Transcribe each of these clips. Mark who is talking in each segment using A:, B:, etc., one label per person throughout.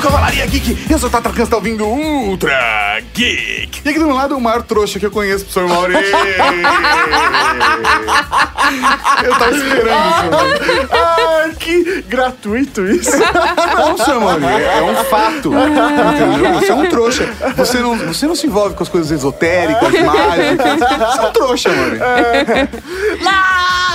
A: Cavalaria Geek. Eu sou Tatra Cans, tá ouvindo Ultra Geek. E aqui do meu lado, o maior trouxa que eu conheço, professor Mauri. eu tava esperando isso.
B: Ah, que gratuito isso.
A: Não, seu Mauri, é um fato. Entendeu? Você é um trouxa. Você não, você não se envolve com as coisas esotéricas, mágicas. Você é um trouxa, Mauri.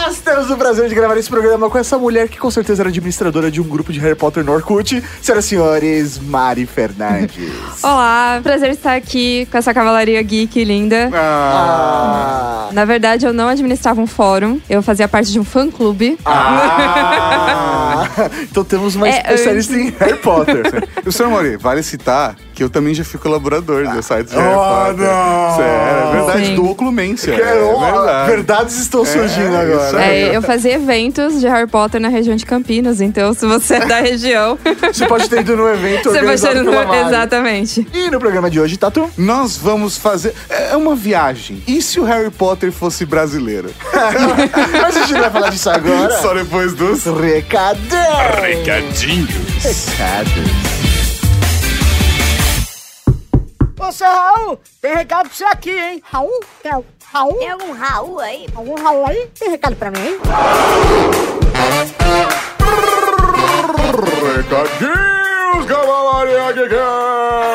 B: Nós temos o prazer de gravar esse programa com essa mulher que com certeza era administradora de um grupo de Harry Potter no Orkut. Senhoras e senhores, Mari Fernandes.
C: Olá, prazer estar aqui com essa cavalaria geek linda.
B: Ah.
C: Na verdade, eu não administrava um fórum, eu fazia parte de um fã-clube.
B: Ah. Então temos uma
C: É,
B: especialista em Harry Potter.
A: E o senhor Mauri, vale citar que eu também já fui colaborador do site de Harry
B: Oh,
A: Potter.
B: não.
A: Sério, é verdade,
C: Sim.
A: do Oclumência.
B: Que é, ó, Verdades estão surgindo
A: é isso
B: agora.
C: É, eu fazia eventos de Harry Potter na região de Campinas, então se você é da região,
B: Você pode ter ido num evento
C: você vai
B: organizado
C: ser no...
B: pela Mari.
C: Exatamente.
B: E no programa de hoje, Tatu,
A: Nós vamos fazer. É uma viagem. E se o Harry Potter fosse brasileiro?
B: mas a gente não vai falar disso agora.
A: Só depois dos.
B: Recadão!
A: Recadinhos.
D: Ô, seu Raul, tem recado pra você aqui, hein?
E: Raul? Tem al- Raul?
F: É
D: Tem algum Raul aí?
E: Algum Raul aí? Tem recado pra mim, hein?
A: Recadinhos, Cavalaria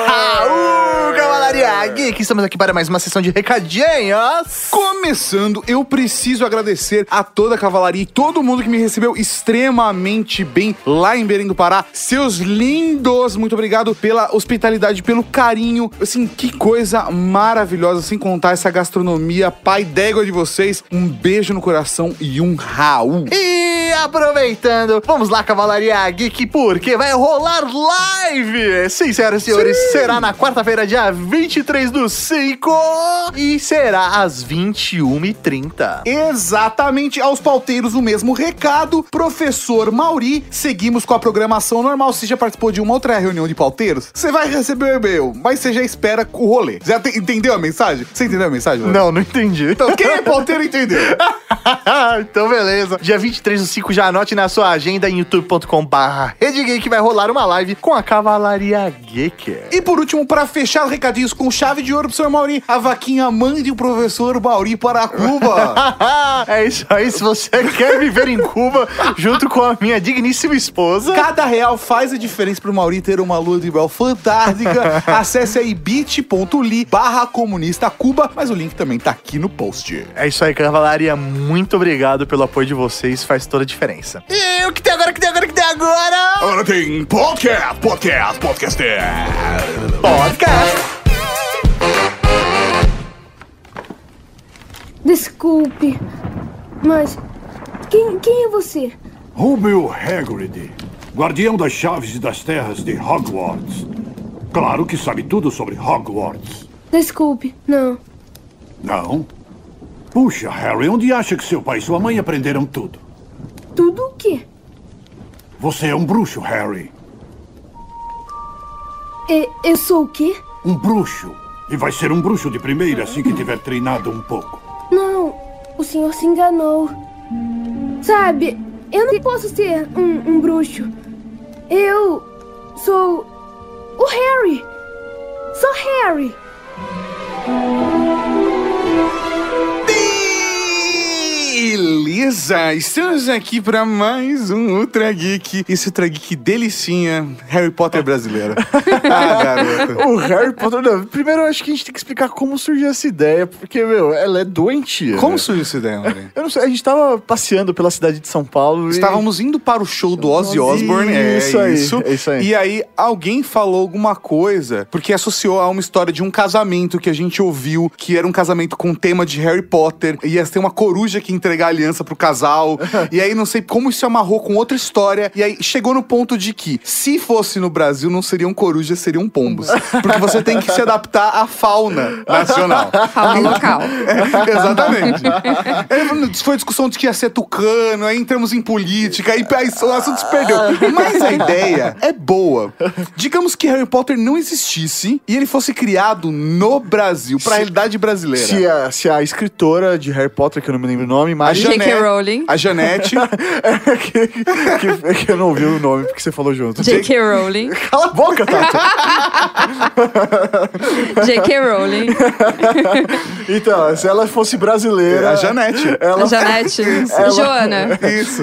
B: Raul, Cavalaria Geek, estamos aqui para mais uma sessão de recadinhos.
A: Começando, eu preciso agradecer a toda a Cavalaria e todo mundo que me recebeu extremamente bem lá em Belém do Pará. Seus lindos, muito obrigado pela hospitalidade, pelo carinho. Assim, que coisa maravilhosa, sem contar essa gastronomia pai d'égua de vocês. Um beijo no coração e um Raul.
B: E aproveitando, vamos lá, Cavalaria Geek, porque vai rolar live! Sim, senhoras e senhores, será na quarta-feira, dia 23 do 5 e será às 21h30.
A: Exatamente, aos pauteiros o mesmo recado. Professor Mauri, seguimos com a programação normal. Você já participou de uma outra reunião de pauteiros? Você vai receber o e-mail, mas você já espera o rolê. Já te- entendeu a mensagem? Você entendeu a mensagem? Mauri?
B: Não, não entendi.
A: Então, quem é pauteiro entendeu.
B: então, beleza. Dia 23 do 5, já anote na sua agenda em youtube.com.br Rede que vai rolar uma live com a Cavalaria Geek.
A: E por último, para fechar os recadinhos com chave de ouro, professor Mauri, a vaquinha mande o professor Mauri para Cuba.
B: é isso aí, se você quer viver em Cuba junto com a minha digníssima esposa.
A: Cada real faz a diferença pro Mauri ter uma lua de mel fantástica. Acesse aí bit.ly barra comunista Cuba, mas o link também tá aqui no post.
B: É isso aí, Cavalaria. Muito obrigado pelo apoio de vocês, faz toda a diferença. E o que tem agora, o que tem agora, o que tem agora?
A: Agora tem podcast, podcast, podcast.
B: Podcast.
G: Desculpe, mas quem, quem é você?
H: Rubio Hagrid, guardião das chaves e das terras de Hogwarts. Claro que sabe tudo sobre Hogwarts.
G: Desculpe, não.
H: Não? Puxa, Harry, onde acha que seu pai e sua mãe aprenderam tudo?
G: Tudo o quê?
H: Você é um bruxo, Harry.
G: E- É, eu sou o quê?
H: Um bruxo. E vai ser um bruxo de primeira assim que tiver treinado um pouco.
G: Não, o senhor se enganou. Sabe, eu não posso ser um, um bruxo. Eu sou o Harry. Sou Harry.
A: Beleza, estamos aqui pra mais um Ultra Geek. Esse Ultra Geek delicinha, Harry Potter brasileira. ah, garoto.
B: O Harry Potter. Não, primeiro eu acho que a gente tem que explicar como surgiu essa ideia, porque, meu, ela é doentia.
A: Como
B: né?
A: surgiu essa ideia, Mauri?
B: Eu não sei, a gente tava passeando pela cidade de São Paulo e...
A: Estávamos indo para o show do Ozzy Osbourne, é
B: Isso
A: isso,
B: aí, é isso aí.
A: E aí alguém falou alguma coisa, porque associou a uma história de um casamento que a gente ouviu, que era um casamento com tema de Harry Potter, e ia ter uma coruja que ia entregar a aliança pro casal. e aí não sei como isso amarrou com outra história, e aí chegou no ponto de que se fosse no Brasil não seriam corujas, seriam pombos, porque você tem que se adaptar à fauna nacional.
C: Fala local.
A: É, exatamente. É, Foi discussão de que ia ser tucano, aí entramos em política, aí, aí o assunto se perdeu. Mas a ideia é boa. Digamos que Harry Potter não existisse e ele fosse criado no Brasil, pra realidade brasileira.
B: Se a, se a escritora de Harry Potter, que eu não me lembro o nome, mas...
A: A Jeanette,
C: J.K. Rowling.
A: A Janete.
B: É que, que- que eu não ouvi o nome porque você falou junto.
C: J.K. Rowling.
B: Cala a boca, Tato.
C: J.K. Rowling.
B: Então, se ela fosse brasileira.
A: É, a Janete.
C: A
B: Ela,
C: Janete. Joana.
A: Isso.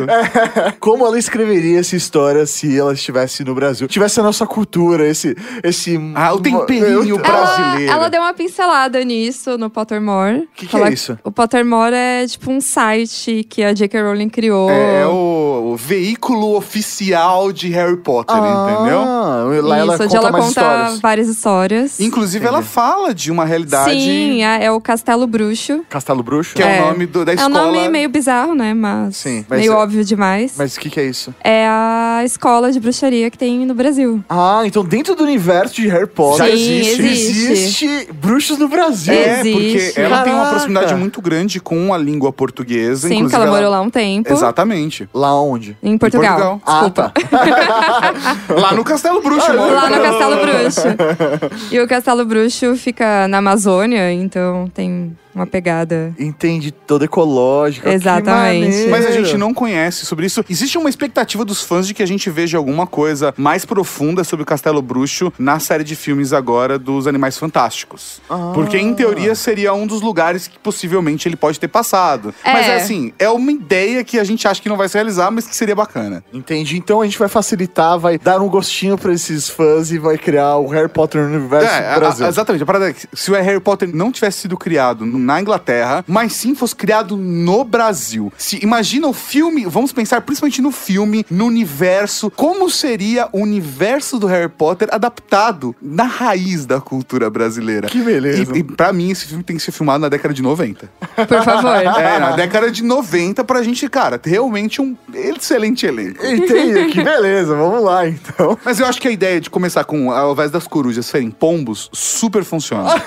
B: como ela escreveria essa história se ela estivesse no Brasil? Tivesse a nossa cultura, esse. esse
A: Ah, o temperinho
B: Eu-
C: Ela,
A: brasileiro.
C: ela deu uma pincelada nisso no Pottermore. O
B: Que que é isso?
C: O Pottermore é tipo um site que a J.K. Rowling criou.
A: É o, o veículo oficial de Harry Potter, entendeu?
B: Ah, lá ela conta
C: Isso, onde ela
B: mais
C: conta
B: histórias.
C: várias histórias.
A: Inclusive, ela fala de uma realidade
C: Sim, é, é o Castelo Bruxo.
B: Castelo Bruxo?
A: que é, o nome do- da
C: É um
A: escola.
C: nome meio bizarro, né? Mas,
B: Sim, mas
C: meio
B: é-
C: óbvio demais.
B: Mas o que, que é isso?
C: É a escola de bruxaria que tem no Brasil.
B: Ah, então dentro do universo de Harry Potter
C: Já Sim, existe. existe.
B: Existe bruxos no Brasil.
A: É, porque
C: Existe.
A: ela tem uma
B: Caraca.
A: proximidade muito grande com a língua portuguesa.
C: Sim,
A: inclusive
C: porque ela, morou lá um tempo.
A: Exatamente.
B: Lá onde? Ah, tá.
C: Em Portugal.
A: Portugal.
B: Desculpa.
A: Lá no Castelo Bruxo, né? mano.
C: Lá no Castelo Bruxo. E o Castelo Bruxo fica na Amazônia, então tem uma pegada.
B: Entende, todo ecológico.
C: Exatamente.
B: Que maneiro.
A: Mas a gente não conhece sobre isso. Existe uma expectativa dos fãs de que a gente veja alguma coisa mais profunda sobre o Castelo Bruxo na série de filmes agora dos Animais Fantásticos.
B: Ah.
A: Porque, em teoria, seria um dos lugares que possivelmente ele pode ter passado.
C: É.
A: Mas, assim, é uma ideia que a gente acha que não vai se realizar, mas que seria bacana.
B: Entendi. Então a gente vai facilitar, vai dar um gostinho pra esses fãs e vai criar o Harry Potter no universo
A: É,
B: do Brasil.
A: a- a- exatamente. A parada é que se o Harry Potter não tivesse sido criado na Inglaterra, mas sim fosse criado no Brasil. Se imagina o filme, vamos pensar principalmente no filme, no universo, como seria o universo do Harry Potter adaptado na raiz da cultura brasileira.
B: Que beleza.
A: E, e pra mim, esse filme tem que ser filmado na década de 90.
C: Por favor.
A: É, na década de 90, pra gente, cara, ter realmente um excelente elenco.
B: Entendi. que beleza. Vamos lá, então.
A: Mas eu acho que a ideia de começar com, ao invés das corujas serem pombos, super funciona.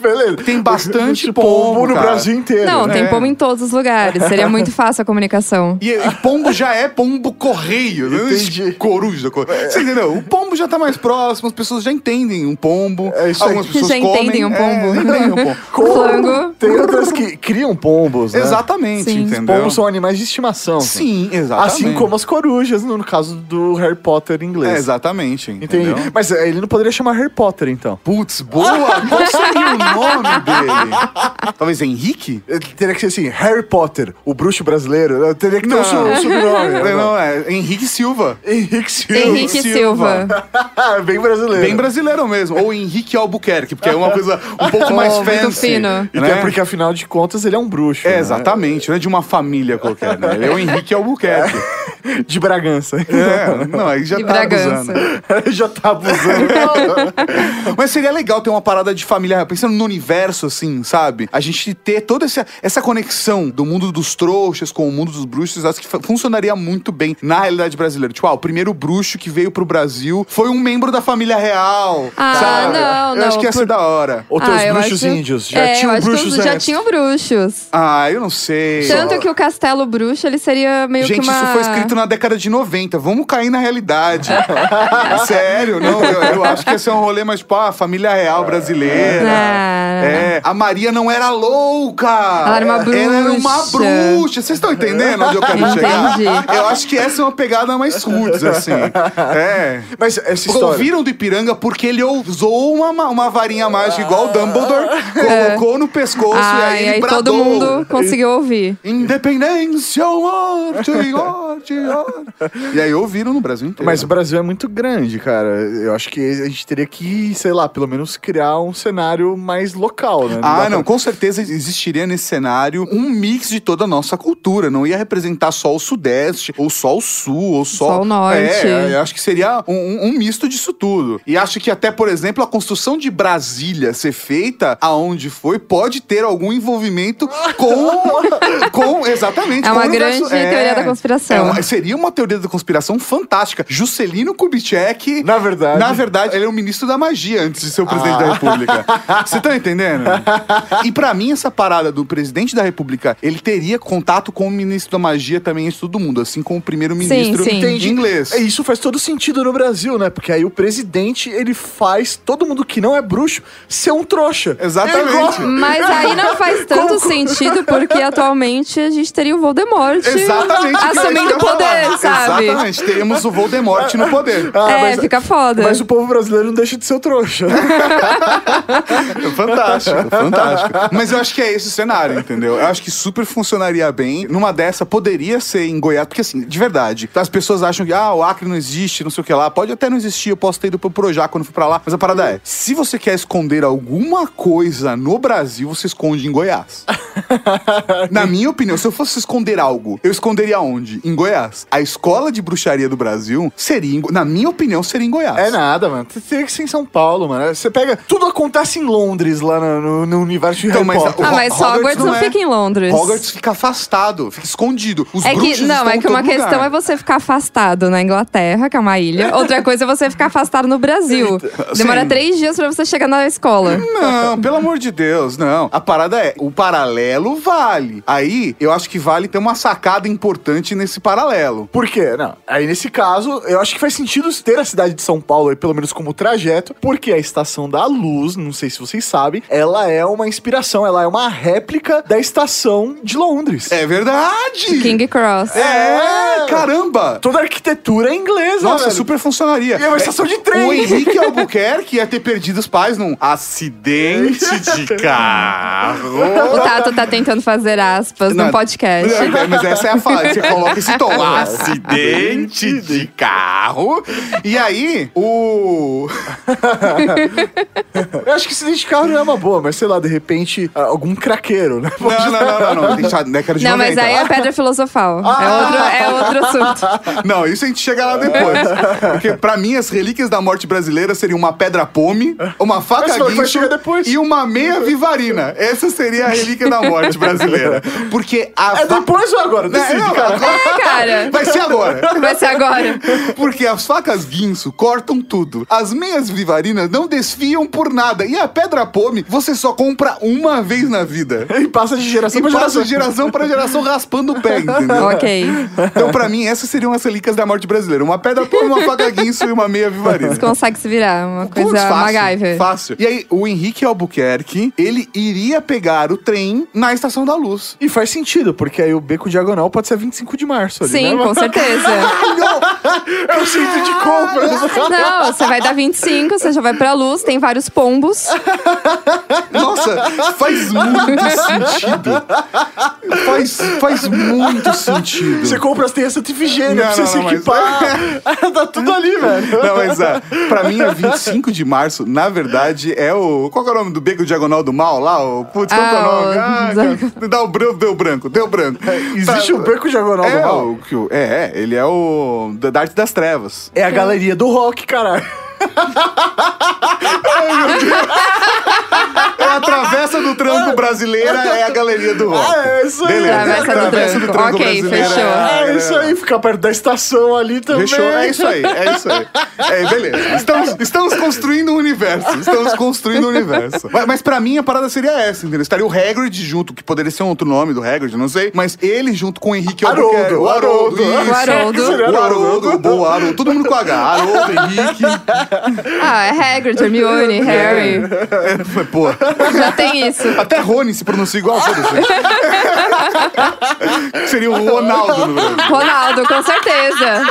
B: beleza.
A: Tem bastante
B: Esse
A: pombo,
B: no
A: cara.
B: Brasil inteiro.
C: Não,
B: né?
C: tem pombo em todos os lugares. Seria muito fácil a comunicação.
A: E, e pombo já é pombo correio, não existe
B: Entendi. É.
A: coruja. cor- Você entendeu? O pombo já tá mais próximo, as pessoas já entendem um pombo.
B: É isso aí.
A: algumas pessoas
C: Já
A: comem,
C: entendem um
A: é,
C: pombo.
A: entendem um pombo.
B: Como
C: Flango.
B: Tem outras que criam pombos, né?
A: Exatamente,
C: Sim.
A: entendeu?
B: Pombos são animais de estimação. cara.
A: Sim, exatamente.
B: Assim como as corujas, no no caso do Harry Potter
A: É,
B: inglês.
A: exatamente,
B: Entendi.
A: entendeu?
B: Mas é, ele não poderia chamar Harry Potter, então.
A: Putz, boa! Qual seria o nome dele? Talvez Henrique?
B: Ele Teria que ser assim, Harry Potter, o bruxo brasileiro. né? Teria que ter
A: Não.
B: um su- um sobrenome. né?
A: Não, é Henrique Silva.
B: Henrique Silva.
C: Henrique Silva.
B: Bem brasileiro.
A: Bem brasileiro mesmo. Ou Henrique Albuquerque, porque é uma coisa um pouco mais
C: muito
A: fancy. né?
C: fino.
B: Até é porque, afinal de contas, ele é um bruxo.
A: É,
B: né?
A: exatamente, não é de uma família qualquer, né? Ele é o Henrique Albuquerque.
B: De Bragança.
A: É, não, aí já
C: E
A: tá
C: Bragança.
A: abusando.
B: Já tá abusando.
A: Mas seria legal ter uma parada de família, pensando no universo, assim, sabe? A gente ter toda essa, essa conexão do mundo dos trouxas com o mundo dos bruxos, acho que fu- funcionaria muito bem na realidade brasileira. Tipo, ah, o primeiro bruxo que veio pro Brasil foi um membro da família real.
C: Ah,
A: sabe?
C: não,
A: Eu acho
C: não,
A: que ia ser
C: por-
A: da hora.
B: Ou teus
C: Ah, eu
B: bruxos
C: acho-
B: índios. Já
C: é, eu
B: tinham
C: acho que
B: bruxos
C: os- Já
B: antes.
C: tinham bruxos.
A: Ah, eu não sei.
C: Tanto que o Castelo Bruxo, ele seria meio
A: Gente,
C: que uma...
A: isso foi escrito na década de 90. Vamos cair na realidade. Sério, não. Eu, eu acho que esse é um rolê mais, tipo, ah, família real brasileira.
C: Ah.
A: É, a Maria não era louca.
C: Ela era uma bruxa.
A: Ela era uma bruxa. Vocês estão entendendo onde eu quero chegar?
C: Entendi.
A: Eu acho que essa é uma pegada mais roots, assim. É.
B: Mas essa
A: Porque
B: história...
A: Ouviram do Ipiranga porque ele usou uma, ma- uma varinha mágica igual o Dumbledore, colocou no pescoço e
C: Ah,
A: aí
C: e
A: ele
C: É. aí
A: bradou.
C: todo mundo conseguiu ouvir.
A: Independência, um morte, morte, morte. E aí ouviram no Brasil inteiro.
B: Mas o Brasil é muito grande, cara. Eu acho que a gente teria que, sei lá, pelo menos criar um cenário mais local, né? dá
A: Ah,
B: pra-
A: não, com certeza existiria nesse cenário um mix de toda a nossa cultura. Não ia representar só o Sudeste, ou só o Sul, ou só,
C: Só o Norte.
A: É, eu acho que seria um, um- um misto disso tudo. E acho que até, por exemplo, a construção de Brasília ser feita aonde foi pode ter algum envolvimento com. com exatamente.
C: É
A: com
C: uma
A: o universo- é
C: grande teoria da conspiração.
A: uma- É, Seria uma teoria da conspiração fantástica. Juscelino Kubitschek.
B: Na verdade.
A: Na verdade, ele é o ministro da magia antes de ser o presidente
C: Ah.
A: da República. Vocês estão entendendo? E pra mim, essa parada do presidente da República, ele teria contato com o ministro da magia também em todo mundo, assim como o primeiro-ministro
C: Sim, sim.
A: em inglês.
B: É, Isso faz todo sentido no Brasil, né? Porque aí o presidente, ele faz todo mundo que não é bruxo ser um trouxa.
A: Exatamente.
B: É igual-
C: Mas aí não faz tanto sentido, porque atualmente a gente teria o Voldemort
A: Exatamente.
C: assumindo o poder, sabe?
A: Exatamente. Teríamos o Voldemort no poder.
B: Ah,
C: é,
B: mas-
C: fica foda.
B: Mas o povo brasileiro não deixa de ser o trouxa.
A: Fantástico, fantástico. Mas eu acho que é esse o cenário, entendeu? Eu acho que super funcionaria bem. Numa dessa, poderia ser em Goiás, porque assim, de verdade, as pessoas acham que ah, o Acre não existe, não sei o que lá. Pode até não existir, eu posso ter ido pro Projá quando fui pra lá. Mas a parada é: se você quer esconder alguma coisa no Brasil, você esconde em Goiás. Na minha opinião, se eu fosse esconder algo, eu esconderia onde? Em Goiás. A escola de bruxaria do Brasil seria, em Go- na minha opinião, seria em Goiás.
B: É nada, mano. Você Teria que ser em São Paulo, mano. Você pega. Tudo acontece em Londres, lá no, no- no universo de
A: Então,
B: Harry
A: mas
B: Potter.
A: o
C: ah, mas
A: Ho-
C: Hogwarts,
A: Hogwarts
C: não,
A: não é.
C: fica em Londres.
A: Hogwarts fica afastado, fica escondido. Os
C: É
A: bruxos
C: que, não,
A: estão
C: é
A: em
C: que uma
A: todo
C: questão
A: lugar.
C: é você ficar afastado na Inglaterra, que é uma ilha. Outra coisa é você ficar afastado no Brasil. Demora
A: sim.
C: três dias pra você chegar na escola.
A: Não, pelo amor de Deus, não. A parada é, o paralelo vale. Aí, eu acho que vale ter uma sacada importante nesse paralelo.
B: Por quê? Não. Aí, nesse caso, eu acho que faz sentido ter a cidade de São Paulo aí, pelo menos como trajeto, porque a Estação da Luz, não sei se vocês sabem, ela é uma inspiração, ela é uma réplica da Estação de Londres.
A: É verdade!
C: King Cross.
A: É, caramba!
B: Toda a arquitetura é inglesa,
A: Nossa,
B: velho.
A: super funcionaria.
B: E é uma estação de trem.
A: O Henrique Albuquerque ia ter perdido os pais num acidente de carro.
C: O Tato tá tentando fazer aspas
A: Não,
C: num podcast.
A: Não, mas essa é a fase, você coloca esse tom. Ah, Acidente de carro. E aí, o.
B: Eu acho que esse de carro não é uma boa, mas sei lá, de repente, ah, algum craqueiro, né?
A: Não, não, não, não, não. Tem que achar década de
C: Não, mas
A: 90.
C: aí é pedra filosofal.
A: Ah!
C: É, outro, é outro assunto.
A: Não, isso a gente chega lá depois. Porque pra mim, as relíquias da morte brasileira seriam uma pedra pome, uma faca
B: Mas você falou que vai
A: guincho
B: chegar depois.
A: e uma meia vivarina. Essa seria a relíquia da morte brasileira. Porque a
B: É
A: fa-
B: depois ou agora?
A: Não,
B: Decide,
A: não,
B: cara.
C: É, cara.
A: Vai ser agora.
C: Vai ser agora.
A: Porque as facas guinso cortam tudo. As meias vivarinas não desfiam por nada. E a pedra pome, você só compra uma vez na vida.
B: E passa de geração
A: E
B: pra
A: passa
B: geração.
A: de geração pra geração raspando o pé, entendeu?
C: ok.
A: Então, pra mim, essas seriam as relíquias da morte brasileira. Uma pedra pome, uma faca guinso e uma meia vivarina.
C: Você consegue se virar. Uma
A: Putz,
C: coisa MacGyver.
A: Fácil. E aí, o Henrique Albuquerque, ele iria pegar o trem na Estação da Luz.
B: E faz sentido, porque aí o beco diagonal pode ser 25 de março ali,
C: Sim,
B: né?
C: com certeza.
B: É o centro de compras.
C: Não, você vai dar 25, você já vai pra luz, tem vários pombos.
A: Nossa, faz muito sentido. Faz, faz muito sentido.
B: Você compra as teias Santa Ifigênia
A: Não,
B: pra você
A: não,
B: se
A: não, mas- é.
B: equipar. tá tudo ali, velho.
A: Não, mas ah, pra mim é 25 de março, na verdade, é o. Qual que é o nome do beco diagonal do mal lá? O, putz, qual que é o
C: Ah,
A: nome?
C: o-
A: Ah, cara, dá o branco, deu branco, deu branco.
B: É,
A: Tá.
B: Existe o beco diagonal do
A: é,
B: mal.
A: o que o- é, é, ele é o. Da da arte das trevas.
B: É a galeria do rock, caralho.
A: É a travessa do tranco brasileira, é a galeria do rock.
B: Ah, é isso aí.
A: Beleza.
C: Travessa do Tranco. Ok, fechou.
A: É,
B: É isso aí, ficar perto da estação ali também.
A: Fechou, é isso aí, é isso aí. É, beleza. Estamos, estamos construindo um universo. Estamos construindo um universo. Mas, mas pra mim a parada seria essa, entendeu? Estaria o Hagrid junto, que poderia ser um outro nome do Hagrid, não sei. Mas ele junto com o Henrique
B: Haroldo,
A: Albuquerque. O Haroldo.
B: Haroldo.
A: isso.
C: O Haroldo.
A: O Haroldo, o bom Haroldo. Todo mundo com H. Haroldo, Henrique.
C: Ah, é Hagrid, Hermione, Harry.
A: É, Pô,
C: Já tem isso.
A: até Rony se pronuncia igual. foda-se. Seria o Ronaldo no Brasil.
C: Ronaldo, com certeza.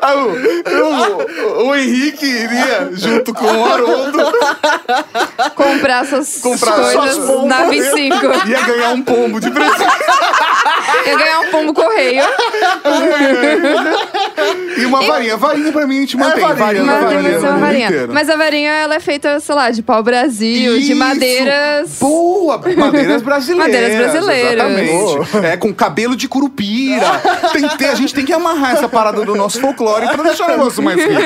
A: Ah, o- o- o Henrique iria junto com o Haroldo
C: Comprar essas
A: Comprar
C: coisas
A: suas bombas.
C: na 25.
A: ia ganhar um pombo de presente.
C: Eu ganhar um pombo correio.
A: E uma varinha. Varinha pra mim a gente mantém.
B: varinha,
A: varinha,
C: É Mas
A: varinha,
C: tem que ser uma
A: o dia
C: varinha.
A: inteiro.
C: Mas a varinha, ela é feita, sei lá, de pau-brasil, de
A: Isso!
C: madeiras.
A: Boa! Madeiras brasileiras.
C: Madeiras brasileiras.
A: Exatamente. É, com cabelo de curupira. Tem que ter- a gente tem que amarrar essa parada do nosso folclore pra deixar o negócio mais rico.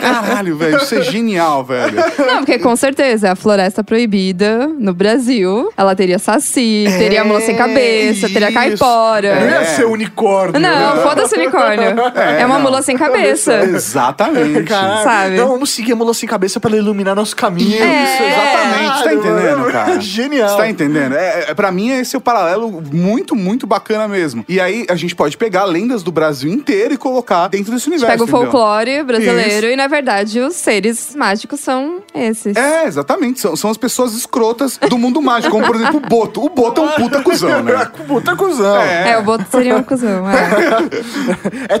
A: Caralho, velho. Isso é genial, velho.
C: Não, porque com certeza, é a floresta proibida no Brasil, ela teria saci, teria mula sem cabeça, teria
A: É isso.
C: caipora.
B: Não ia
A: É.
B: ser unicórnio. né?
C: Não, foda-se o unicórnio. É, uma
A: não.
C: mula sem cabeça.
A: Exatamente.
B: Caralho.
C: sabe? É.
B: Não, vamos seguir a mula sem cabeça pra ela iluminar nosso caminho.
A: Isso, exatamente. Tá entendendo, cara?
B: Genial.
A: Você tá entendendo? É, é, pra mim, esse é o paralelo muito, muito bacana mesmo. E aí, a gente pode pegar lendas do Brasil inteiro e colocar dentro desse
C: A gente
A: universo.
C: pega o
A: entendeu?
C: folclore brasileiro
A: Isso.
C: e, na verdade, os seres mágicos são esses.
A: É, exatamente. São, são as pessoas escrotas do mundo mágico, como por exemplo o Boto. O Boto é um puta cuzão, né?
B: Puta cuzão. É.
C: É, o Boto seria um cuzão. É.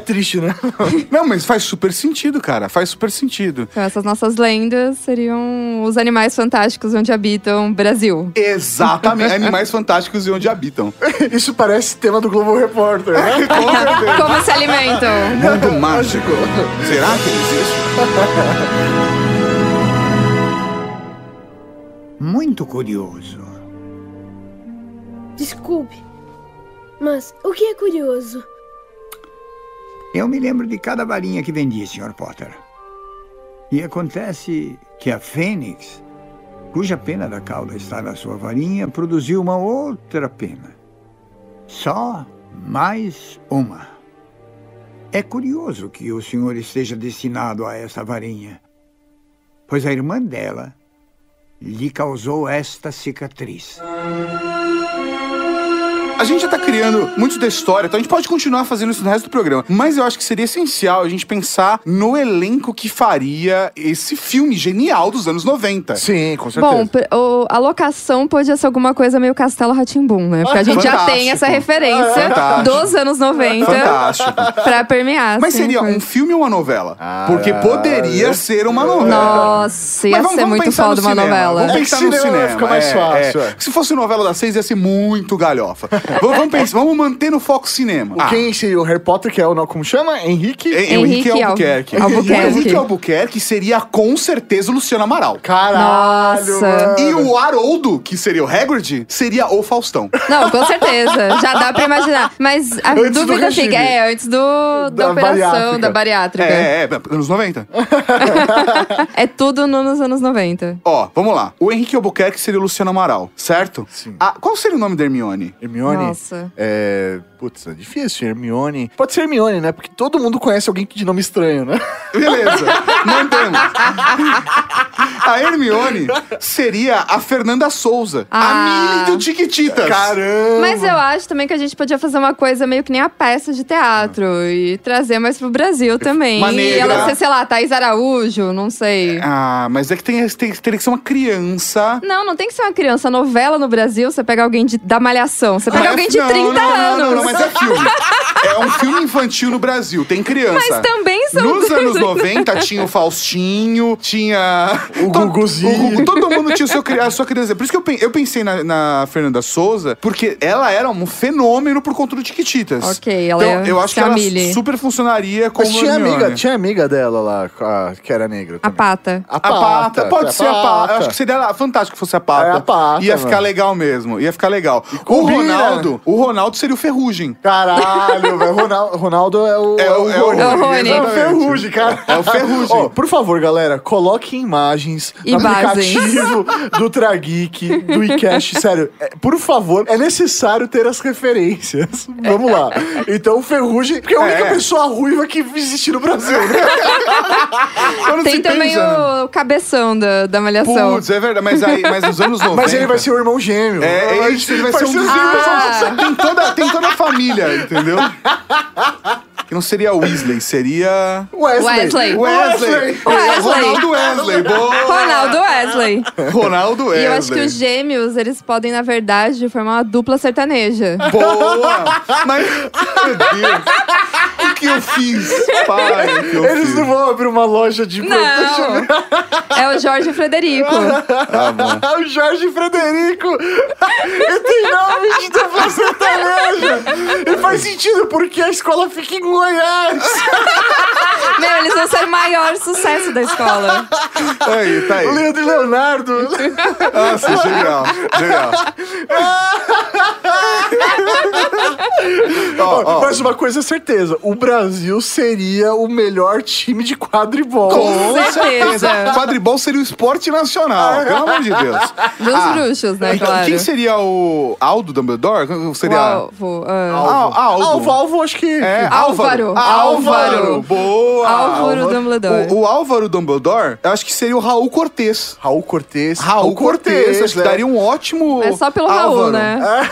B: triste, né?
A: Não, mas faz super sentido, cara. Faz super sentido.
C: Então, essas nossas lendas seriam os animais fantásticos onde habitam o Brasil.
A: Exatamente. É Animais fantásticos e onde habitam.
B: Isso parece tema do Globo Repórter, né?
A: Oh,
C: Como se alimentam?
A: Mundo mágico. Será que ele existe?
I: Muito curioso.
G: Desculpe. Mas o que é curioso?
I: Eu me lembro de cada varinha que vendi, Sr. Potter. E acontece que a fênix, cuja pena da cauda está na sua varinha, produziu uma outra pena. Só mais uma. É curioso que o senhor esteja destinado a essa varinha, pois a irmã dela lhe causou esta cicatriz.
A: A gente já tá criando muito da história, então a gente pode continuar fazendo isso no resto do programa. Mas eu acho que seria essencial a gente pensar no elenco que faria esse filme genial dos anos 90.
B: Sim, com
C: Bom, pr- o- a locação podia ser alguma coisa meio Castelo Ratimbum, né? Porque a gente já tem
A: Fantástico. É,
C: essa referência
A: Fantástico.
C: dos anos 90
A: Fantástico.
C: pra permear.
A: Mas
C: assim,
A: seria
C: coisa.
A: um filme ou uma novela?
B: Ah.
A: Porque poderia ser uma novela.
C: Nossa,
A: um
C: ia
A: Mas vamos-
C: ser
A: vamos
C: muito
A: pensar
C: foda
A: no
C: uma
A: cinema,
C: novela.
A: Vamos
B: É que
A: pensar no
B: cinema
A: cinema.
B: fica mais
A: é,
B: fácil,
A: é.
B: é.
A: Se fosse novela das seis, ia ser muito galhofa. V- vamos, pensar, vamos manter no foco cinema. Ah,
B: Quem seria o Harry Potter, que é o. no- Como chama? Henrique?
A: Hen- Henrique,
C: Henrique Al-
A: Albuquerque.
C: Albuquerque.
A: Henrique Albuquerque seria com certeza o Luciano Amaral.
B: Caralho.
C: Nossa.
B: mano.
A: E o Haroldo, que seria o Hagrid, seria o Faustão.
C: Não, com certeza. Já dá pra imaginar. Mas a
B: Antes do
C: dúvida
B: regime.
C: fica. É, antes do,
B: Da
C: da, operação,
B: bariátrica.
C: da bariátrica. É.
A: É, é, é, anos 90. É.
C: tudo no- nos anos 90.
A: Ó, vamos lá. O Henrique Albuquerque seria o Luciano Amaral, certo?
B: Sim.
A: Ah, qual seria o nome da Hermione?
B: Hermione?
C: Nossa.
B: É. Putz, é difícil, Hermione. Pode ser Hermione, né? Porque todo mundo conhece alguém de nome estranho, né?
A: Beleza, mantemos. A Hermione seria a Fernanda Souza,
C: Ah.
A: a Minnie do Tiquititas.
B: Caramba!
C: Mas eu acho também que a gente podia fazer uma coisa meio que nem a peça de teatro e trazer mais pro Brasil também.
A: Uma negra.
C: E ela ser, sei lá, Thaís Araújo, não sei.
A: Ah, mas é que tem, tem- teria que ser uma criança.
C: Não, não tem que ser uma criança. Novela no Brasil, você pega alguém de, da malhação. Você pega
A: Não,
C: alguém de
A: Ah, não,
C: 30
A: não, Não,
C: anos.
A: não, não, mas é filme. É um filme infantil no Brasil, tem criança.
C: Mas também são né?
A: Nos
C: coisas-
A: anos 90 tinha o Faustinho, tinha.
B: O
A: To-
B: Guguzinho.
A: o Gugu, todo mundo tinha o seu, cri- a sua criança. Por isso que eu, pen- eu pensei na, na Fernanda Souza, porque ela era um fenômeno por conta do Tiquititas.
C: Ok, ela
A: então,
C: é
A: eu acho que ela
C: Camille.
A: super funcionaria como
B: Mas tinha
A: Hermione.
B: amiga, tinha amiga dela lá, a- que era negra.
C: A
B: Também.
C: pata.
B: A
A: A pata, pode ser a pata. Eu acho que seria fantástico se fosse a pata.
B: É, a pata,
A: Ia ficar
B: mano.
A: legal mesmo, ia ficar legal. O
B: combina.
A: Ronaldo, o Ronaldo seria o Ferrugem.
B: Caralho, velho. Ronaldo, Ronaldo é o.
A: É o- é o
B: Rony.
A: Rony,
B: É o
A: exatamente.
B: Ferrugem, cara.
A: É o Ferrugem.
B: Ó, por favor, galera, coloque imagens
C: E
B: no
C: bases.
B: aplicativo do Trageek, do iCash. Sério, é, por favor, é necessário ter as referências. Vamos lá. Então, o Ferrugem, porque é a única
A: É.
B: pessoa ruiva que existe no Brasil, né?
A: Quando se
C: Tem também
A: pensa, né?
C: o cabeção da, da malhação.
A: Putz, é verdade, mas, aí, mas nos anos 90...
B: Mas ele vai ser o irmão gêmeo. Então,
A: É, é
B: Vai-
A: isso, ele vai, ser um dos
B: irmãos.
A: irmãos.
C: Ah.
A: Tem toda, tem toda a família, entendeu? Que não seria Weasley, seria.
B: Wesley.
C: Wesley.
A: Wesley!
C: Wesley.
A: Ronaldo Wesley! Boa!
C: Ronaldo Wesley.
A: Ronaldo
C: E
A: Wesley!
C: eu acho que os gêmeos, eles podem, na verdade, formar uma dupla sertaneja.
A: Boa! Mas. Meu Deus! O que eu fiz? Pai, o que eu
B: Eles
A: fiz?
B: não vão abrir uma loja de produtos.
C: Não! É o Jorge Frederico.
A: Tá bom.
B: o Jorge Frederico! Ele tem nome de dupla sertaneja! E faz sentido porque a escola fica em Goiás!
C: Pareceu ser o maior sucesso da escola.
A: Aí, Ah, tá aí.
B: Leandro e Leonardo.
A: Nossa, genial. Genial. ó, ó.
B: Mas uma coisa é certeza: o Brasil seria o melhor time de quadribol. Ah,
A: Com
C: certeza.
A: certeza. Quadribol seria o esporte nacional, pelo amor de Deus.
C: Dos
A: Ah,
C: bruxos, né,
A: então,
C: claro.
A: Quem seria o Aldo Dumbledore? Quem Seria.
C: Alvo, ah,
A: Al- Aldo.
B: Alvo, Alvo, acho que.
A: É,
C: Álvaro.
A: Álvaro.
C: Álvaro.
A: Boa.
C: Álvaro Dumbledore.
A: O, o Álvaro Dumbledore, eu acho que seria o Raul Cortez.
B: Raul Cortez.
A: Raul Cortez, acho que
B: né?
A: daria um ótimo.
C: É só pelo Raul,
A: Álvaro.
C: né?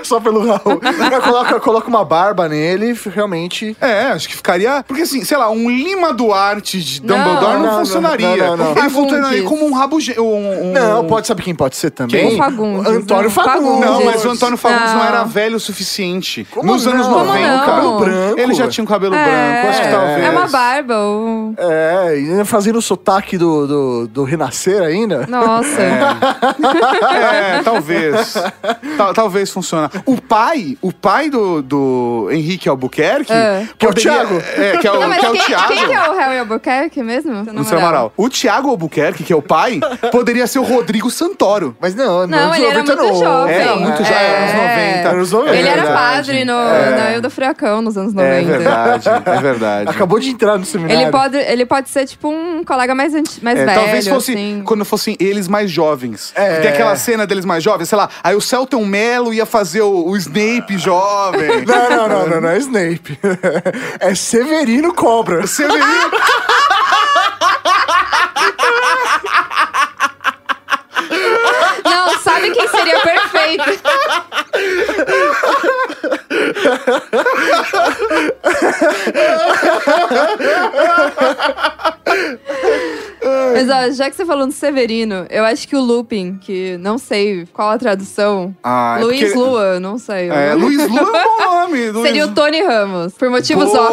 B: É, só pelo Raul. É, coloca, coloca uma barba nele, realmente.
A: É, acho que ficaria. Porque assim, sei lá, um Lima Duarte de
C: Não.
A: Dumbledore não,
B: Não, não,
A: funcionaria.
B: não, não, não.
A: Ele funcionaria
C: Fagundes.
A: como um rabugento. Um, um-
B: Não, pode saber quem pode ser também?
C: Quem? O Fagundes,
B: Antônio
C: né?
B: Fagundes.
A: Não,
C: Fagundes.
A: mas o Antônio Fagundes não,
C: Não.
A: era velho o suficiente.
B: Como
A: Nos anos
B: não? Como
A: 90,
C: Ah. não? Cabelo
B: branco.
A: ele já tinha um cabelo branco. Acho que talvez.
C: é uma barba. o-
B: É, e ainda fazendo o sotaque do, do, do Renascer ainda.
C: Nossa.
A: É, talvez. Tal- talvez funcione. O pai, o pai do, do Henrique Albuquerque,
C: É.
B: Que é o
A: poderia-
B: Thiago.
A: É, que é o,
C: Não, mas
A: que é o
C: quem,
A: Thiago.
C: quem que é o Harry Albuquerque mesmo? Seu
A: Luciano
C: namorado.
A: Amaral. O Thiago Albuquerque, que é o pai, poderia ser o Rodrigo Santoro.
B: Mas não,
C: Não,
B: anos
C: ele era
B: 90
C: muito
B: não.
C: jovem.
A: Era muito jovem,
C: É.
A: anos 90.
B: Anos 90.
C: Ele era
A: É verdade.
C: padre no, na Ilha do Furacão nos anos 90.
A: É verdade, é verdade.
B: Acabou de entrar no seminário.
C: Ele pode, ele pode ser tipo um colega mais, anti- mais
A: É,
C: velho.
A: talvez fosse
C: assim.
A: quando fossem eles mais jovens.
B: É.
A: Tem aquela cena deles mais jovens, sei lá. Aí o Celton Mello ia fazer o, o Snape jovem.
B: Não, não, não, não, não é Snape. É Severino Cobra.
A: É Severino.
C: Não, sabe quem seria perfeito? Mas ó, já que você falou do Severino, eu acho que o Lupin, que não sei qual a tradução.
A: Ah, é
C: Luiz
A: porque-
C: Lua, não sei.
A: É, Luiz Lu é um bom nome. Luiz
C: Seria o Tony Ramos, por motivos
A: Boa!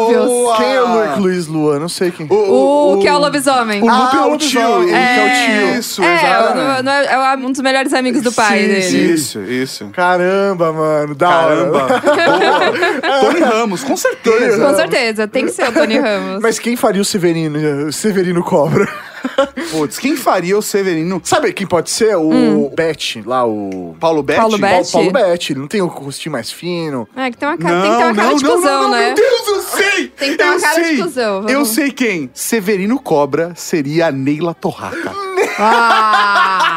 C: óbvios.
B: Quem é o Lu- Luiz Lua? Não sei quem.
A: Ah. O,
C: O, que é o lobisomem.
A: O
B: Ah,
A: Lupin é o
B: o
A: tio.
B: lobisomem.
A: Ele que é o tio. Isso,
C: é,
A: exatamente.
C: não- não é, é um dos melhores amigos do pai
B: Sim,
C: dele.
B: sim.
A: Isso, isso.
B: Caramba, mano. Da
A: Caramba.
B: hora.
A: Boa. Tony É. Ramos, com certeza.
C: Com certeza, tem que ser o Tony Ramos.
B: Mas quem faria o Severino, Severino Cobra?
A: Putz, quem faria o Severino?
B: Sabe quem pode ser? O
C: Hum.
B: Bet, lá, o.
A: Paulo Betti?
C: Paulo Betti?
B: Paulo, Paulo Bet. Ele não tem o rostinho mais fino.
C: É, que tem, uma cara, tem que ter uma cara de cuzão, né?
A: Meu Deus, eu sei!
C: Tem que ter
A: eu
C: uma cara de
A: sei.
C: cuzão, vamos.
A: Eu sei quem. Severino Cobra seria a Neila Torraca.
C: Ah!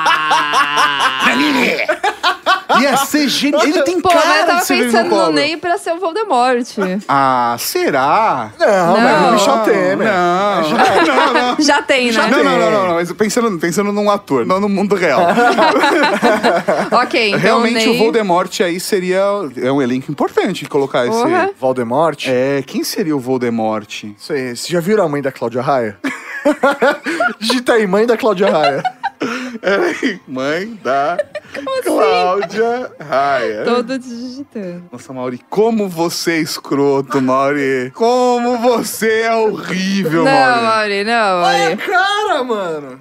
A: Ia ser genial. Ele tem
C: Pô, mas
A: cara
C: eu tava
A: de Severino
C: pensando
A: Cobra.
C: no Ney pra ser o Voldemort.
A: Ah, será? né?
B: Não, mas o
C: Não.
B: Michel Temer.
A: Não. não, não.
C: Já tem, né?
A: Não, não, não, não, não, mas pensando, pensando num ator, não no mundo real.
C: Ok, então
A: Realmente
C: o Ney...
A: o Voldemort aí seria. É um elenco importante colocar esse.
C: Porra.
B: Voldemort?
A: É, quem seria o Voldemort?
B: Vocês já viram a mãe da Cláudia Raia? Digita aí, mãe da Cláudia Raia.
A: Mãe da
C: assim?
A: Cláudia Raia.
C: Todo digitando.
A: Nossa, Mauri, como você é escroto, Mauri. Como você é horrível,
C: Não,
A: Mauri.
C: Mauri, não, Mauri.
B: Cara, mano!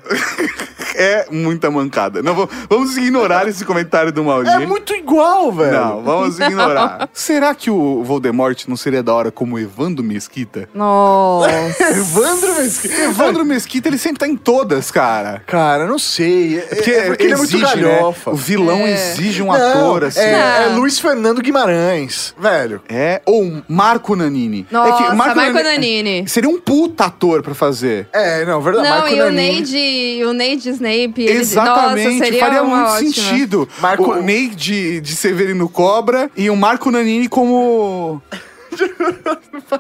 A: É muita mancada. Não, vamos- vamos ignorar esse comentário do Mauri.
B: É muito igual, velho.
A: Não, vamos ignorar. Será que o Voldemort não seria da hora como Evandro Mesquita?
C: Nossa.
A: É
B: Evandro Mesquita.
A: Evandro Mesquita, ele sempre tá em todas, cara.
B: Cara, não sei. É
A: Porque,
B: é porque ele é muito
A: exige, né?
B: galhofa.
A: O vilão
C: É.
A: exige um
B: Não,
A: ator, assim.
B: É,
A: É.
B: é Luiz Fernando Guimarães, velho.
A: ou um Marco Nanini.
C: Nossa,
A: o
C: Marco Nanini.
A: Seria um puta ator pra fazer.
B: É, não, verdade.
C: Não,
B: Marco
C: e o
B: Nanini.
C: Ney de, o Ney de Snape. Ele,
A: Exatamente,
C: nossa, seria
A: faria
C: uma
A: muito
C: ótima.
A: sentido.
B: Marco-
A: O Ney de, de Severino Cobra e o Marco Nanini como.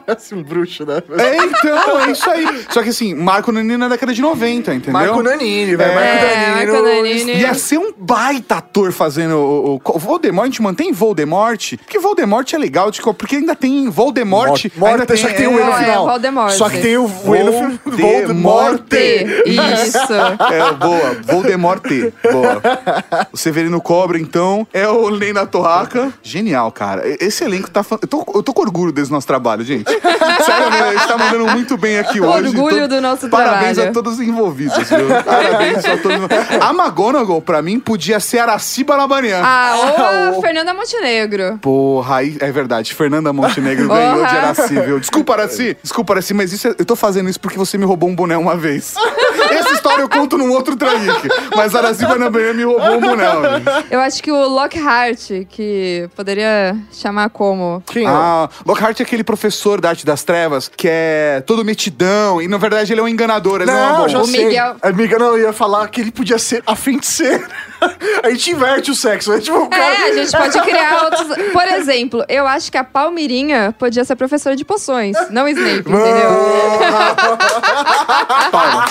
B: Parece um bruxo, né?
A: É, então, é isso aí. Só que assim, Marco Nanini na década de 90, entendeu?
B: Marco Nanini, velho.
A: É.
B: Marco
C: É,
B: Nanini.
C: Marco
B: no-
C: Nanini.
A: Ia ser um baita ator fazendo o, o- o Voldemort. A gente mantém Voldemort? Porque Voldemort é legal, tipo, porque ainda tem Voldemort.
B: Morte, morte,
A: ainda tem,
B: só que tem um o E no
C: é,
B: final.
C: Voldemort.
B: Só que tem o o E no final.
A: Voldemort.
C: Isso.
A: É, boa. Voldemort. Boa. O Severino Cobra, então, é o Lena Torraca. Genial, cara. E- Esse elenco tá... fan- Eu tô, eu tô com orgulho desse nosso trabalho, gente. Sério, mesmo, a gente tá mandando muito bem aqui hoje.
C: Orgulho
A: Todo-
C: do nosso
A: Parabéns
C: trabalho.
A: a todos os envolvidos, viu? Parabéns a todos. A Magonagal, pra mim, podia ser Araciba Labanian.
C: Ah, ou a Fernanda Montenegro.
A: Porra, aí é verdade. Fernanda Montenegro ganhou de
C: Porra.
A: Araci, viu? Desculpa, Araci. Desculpa, Araci, mas isso é- eu tô fazendo isso porque você me roubou um boné uma vez. Essa história eu conto num outro Traik. Mas Araci Banabanha me roubou um boné. Amigo.
C: Eu acho que o Lockhart, que poderia chamar como.
B: Quem é?
A: Ah, Lockhart é aquele professor da arte das trevas que é todo metidão e na verdade ele é um enganador. Ele não, é
B: Não,
A: bom.
B: já
C: O
B: sei.
C: Miguel-
B: Amiga, não, eu ia falar que ele podia ser a feiticeira. a gente inverte o sexo, é tipo o cara...
C: É, a gente pode criar outros. Por exemplo, eu acho que a Palmirinha podia ser professora de poções, não Snape, entendeu?
A: Palmas.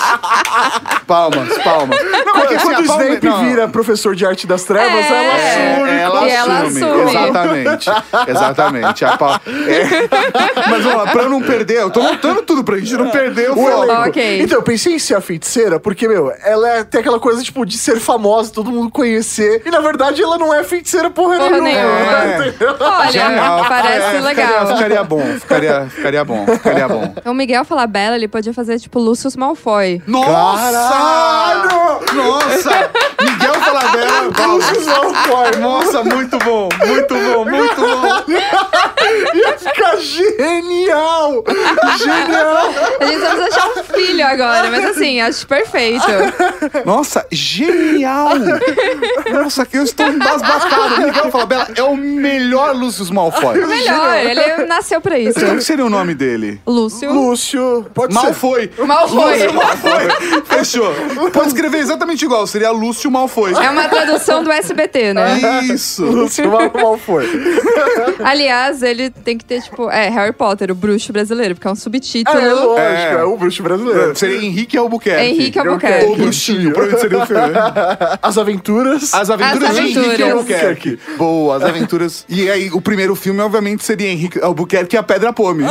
A: Palmas, palmas. Não,
B: Porque quando o Snape vira professor de arte das trevas,
C: É.
B: ela assume.
A: É,
C: E ela assume.
A: Exatamente. Exatamente. A pau- é. Mas vamos lá, pra eu não perder, eu tô montando tudo pra gente não perder o
B: O
A: foco.
B: elenco.
C: Ok.
B: Então, eu pensei em ser a feiticeira, porque, meu, ela é- tem aquela coisa, tipo, de ser famosa, todo mundo conhecer. E, na verdade, ela não é feiticeira porra, né?
C: Porra nenhuma.
B: Entendeu?
C: Olha,
A: Genial.
C: parece
A: É,
C: legal.
A: Ficaria, ficaria bom, ficaria, ficaria bom, ficaria bom.
C: O Miguel Falabella, ele podia fazer tipo Lucius Malfoy.
A: Nossa! Nossa! Miguel Falabella, Paulo.
B: Não, pô,
A: Nossa, muito bom, muito bom, muito bom.
B: fica genial! Genial!
C: A gente só precisa achar um filho agora, mas assim, acho perfeito.
A: Nossa, genial! Nossa, que eu estou embasbacado. Miguel Falabella é o melhor Lúcio Malfoy.
C: Melhor, ele nasceu pra isso.
A: Então, o que seria o nome dele?
C: Lúcio
B: Lúcio, pode ser.
A: Malfoy.
C: Malfoy.
A: Lúcio Malfoy. Fechou. Pode escrever exatamente igual, seria Lúcio Malfoy.
C: É uma tradução do SBT, né?
A: Isso.
B: Lúcio Mal- Malfoy.
C: Aliás, ele tem que ter, tipo, é, Harry Potter, o bruxo brasileiro, porque é um
B: É,
C: subtítulo.
B: lógico,
A: É.
B: é. o bruxo brasileiro.
A: Seria Henrique Albuquerque.
C: Henrique
A: Ou
C: Albuquerque.
A: Bruxinho, provavelmente seria o filme.
B: As aventuras.
A: As Aventuras
C: As
A: de Henrique
C: Aventuras.
A: Albuquerque. Boa, As Aventuras. E aí, o primeiro filme, obviamente, seria Henrique Albuquerque e a Pedra Pome.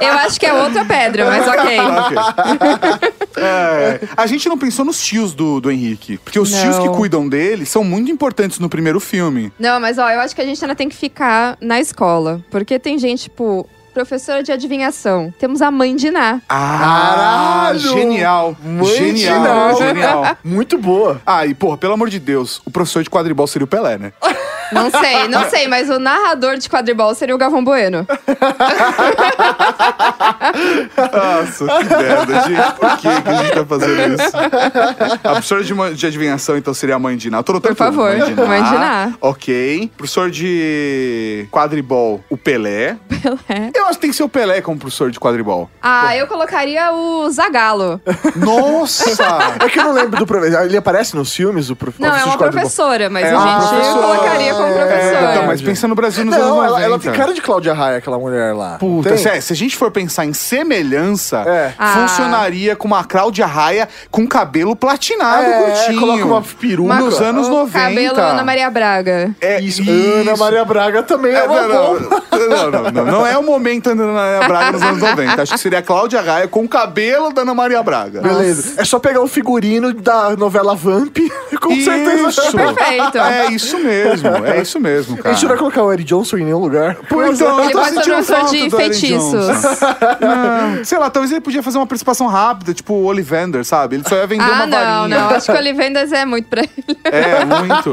C: Eu acho que é outra pedra, mas ok.
A: Ah, É. A gente não pensou nos tios do, do Henrique. Porque os tios
C: Não.
A: que cuidam dele são muito importantes no primeiro filme.
C: Não, mas ó, eu acho que a gente ainda tem que ficar na escola. Porque tem gente, tipo, professora de adivinhação. Temos a mãe de Ná.
A: Ah,
B: Caralho!
A: Genial.
B: Mãe
A: genial,
B: de Ná.
A: genial.
B: Muito boa.
A: Ah, e porra, pelo amor de Deus, o professor de quadribol seria o Pelé, né?
C: Não sei, não sei, mas o narrador de quadribol seria o Galvão Bueno.
A: Nossa, que merda, gente. Por que, que a gente tá fazendo isso? A professora de, ma- de adivinhação, então, seria a mãe de Iná. Eu tô notando
C: Por
A: tudo.
C: favor,
A: mãe de Iná.
C: mãe de Iná.
A: Ok. Professor de quadribol, o Pelé.
C: Pelé.
A: Eu acho que tem que ser o Pelé como professor de quadribol.
C: Ah, eu colocaria o Zagalo.
A: Nossa!
B: É que eu não lembro do professor. Ele aparece nos filmes, o prof...
C: Não, é
B: professor
C: uma
B: de quadribol.
C: professora, mas
A: É
C: a
A: uma
C: gente
A: professora.
C: colocaria como professora.
A: É, então, mas pensa no Brasil nos anos
B: Não,
A: 90.
B: ela, ela tem cara de Cláudia Raia, aquela mulher lá.
A: Puta,
B: Tem?
A: se, se a gente for pensar em semelhança,
B: É.
C: Ah.
A: funcionaria com uma Cláudia Raia com cabelo platinado,
B: É,
A: curtinho.
B: coloca uma peruca.
A: Nos anos
C: O
A: 90.
C: Cabelo Ana Maria Braga.
A: É,
B: Isso, Ana Maria Braga também é,
A: É,
B: uma
A: não,
B: boa.
A: não, não, não, não, não é o momento da Ana Maria Braga nos anos 90. Acho que seria a Cláudia Raia com o cabelo da Ana Maria Braga.
B: Beleza. É só pegar o figurino da novela Vamp, com
A: Isso.
B: certeza.
C: Perfeito.
A: É isso mesmo, é isso mesmo,
B: A
A: cara.
B: gente não vai colocar o Eric Johnson em nenhum lugar.
A: Pois então,
C: Ele
A: eu tô
C: pode ser
A: sentindo
C: professor
A: falta
C: de
A: do Eric
C: feitiços.
A: Johnson. Não, sei lá, talvez ele podia fazer uma participação rápida, tipo o Ollivander, sabe? Ele só ia vender
C: Ah,
A: uma
C: não,
A: varinha.
C: não. Acho que o Olivendas é muito pra ele.
A: É, muito.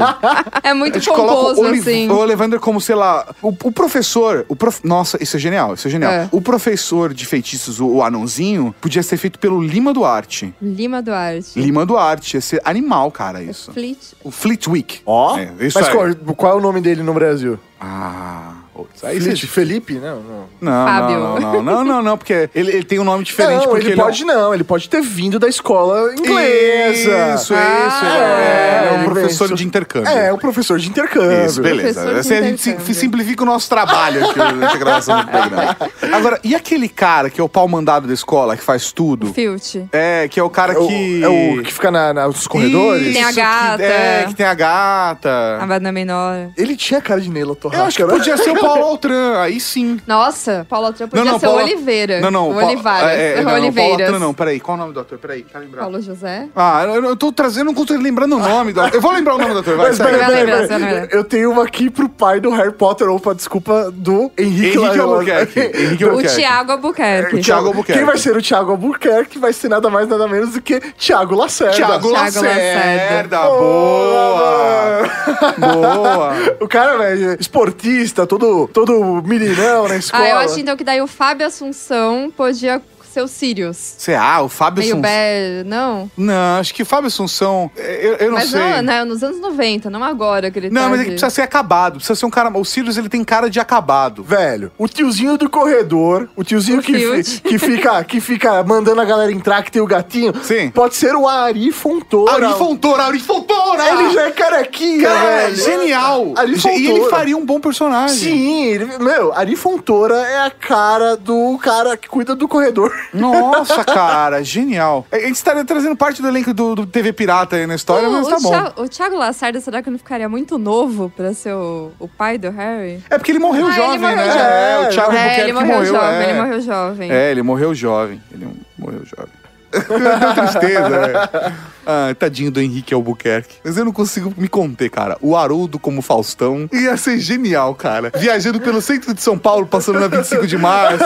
C: É
A: A
C: muito
A: gente coloca
C: pomposo,
A: o, Oli-
C: assim.
A: o Ollivander como, sei lá, o, o professor. O prof- Nossa, isso é genial, isso é genial.
C: É.
A: O professor de feitiços, o, o anãozinho, podia ser feito pelo Lima Duarte.
C: Lima Duarte.
A: Lima Duarte, ia ser animal, cara, isso.
C: Fleet.
A: O Fleetwick.
B: Ó.
A: É, isso
B: Mas
A: aí.
B: qual, qual é o nome dele no Brasil?
A: Ah. putz, Aí
B: Felipe?
A: você...
B: Felipe? Não, não.
A: não,
C: Fábio.
A: não, não, não, não, não, porque ele, ele tem um nome diferente.
B: não,
A: porque um
B: ele pode não. Ele pode ter vindo da escola inglesa.
A: Isso, isso.
C: Ah,
A: é, é um
B: é.
A: professor
B: Isso.
A: de intercâmbio.
B: É, o professor de intercâmbio.
A: Isso, beleza.
C: Professor de
A: Assim a gente sim-
C: intercâmbio.
A: simplifica o nosso trabalho aqui durante a gravação do programa. Agora, e aquele cara que é o pau mandado da escola, que faz tudo?
C: Filt.
A: É, que é o cara
B: É o,
A: que.
B: é o que fica na, na- nos corredores?
A: Isso,
C: Tem a gata. Ah,
A: Que, é, que tem a gata.
C: A Vadna Menor.
B: Ele tinha cara de Neila
A: Eu
B: Torraca.
A: acho que
B: né?
A: podia ser o Paula Altran, aí sim.
C: Nossa, Paulo Altran podia
A: Não, não,
C: ser
A: Paula-
C: o Oliveira.
A: Não, não.
C: O
A: Pa-
C: Olivares.
A: é, é, não,
C: o
A: não, Paula
C: Oliveiras.
A: Altran, não. Peraí, qual é o nome do ator? Peraí, tá lembrando.
C: Paulo José?
A: Ah, eu, eu tô trazendo, não consigo lembrando o nome do ator. Eu vou lembrar o nome do ator, vai.
B: Mas
A: segue.
B: peraí,
C: Vai
B: peraí,
C: lembrar,
B: peraí.
C: você vai lembrar.
B: Eu tenho uma aqui pro pai do Harry Potter, ou pra desculpa, do Henrique,
A: Henrique
B: Larola.
A: Albuquerque. Henrique
C: O
A: Albuquerque.
C: Thiago Albuquerque.
A: O Thiago Albuquerque.
B: Quem vai ser o Thiago Albuquerque vai ser nada mais, nada menos do que Thiago Lacerda.
A: Thiago
C: Lacerda.
A: Lacerda. Boa! Boa!
B: O cara, velho, esportista, todo, todo meninão na escola.
C: Ah, eu acho então que daí o Fábio Assunção podia ser o Sirius.
A: Será? ah, O Fábio
C: Meio
A: Assunção.
C: bad, não?
A: Não, acho que Fábio Assunção. Eu, eu não
C: Mas
A: sei.
C: não, né, nos anos 90, não agora que ele
A: Não,
C: tá
A: mas é
C: de-
A: que precisa ser acabado. Precisa ser um cara. O Sirius ele tem cara de acabado.
B: Velho, o tiozinho do corredor, o tiozinho que, fi-
C: Field.
B: que, fica, que fica mandando a galera entrar, que tem o gatinho,
A: Sim.
B: pode ser o Ari Fontoura.
A: Ari Fontoura, Ari Fontoura!
B: Ele já é carequinha,
A: Cara, é
B: velho.
A: genial!
B: Ari
A: e ele
B: Fontoura.
A: faria um bom personagem.
B: Sim, ele- meu, Ari Fontoura é a cara do cara que cuida do corredor.
A: Nossa, cara, genial. A gente estaria trazendo parte do elenco do, do TV Pirata aí na história,
C: o,
A: mas tá
C: Uh, o
A: bom.
C: Thiago, o Thiago Lacerda, será que não ficaria muito novo pra ser o, o pai do Harry?
A: É porque ele morreu
C: Ah, ele
A: jovem,
C: morreu
A: né?
C: jovem.
A: É, o Thiago
C: é,
A: Albuquerque que
C: ele morreu, jovem,
A: é.
C: ele morreu jovem.
A: É, ele morreu jovem. Ele morreu jovem. Deu tristeza, né? Ah, tadinho do Henrique Albuquerque. Mas eu não consigo me conter, cara. O Haroldo como Faustão ia ser genial, cara. Viajando pelo centro de São Paulo, passando na 25 de março.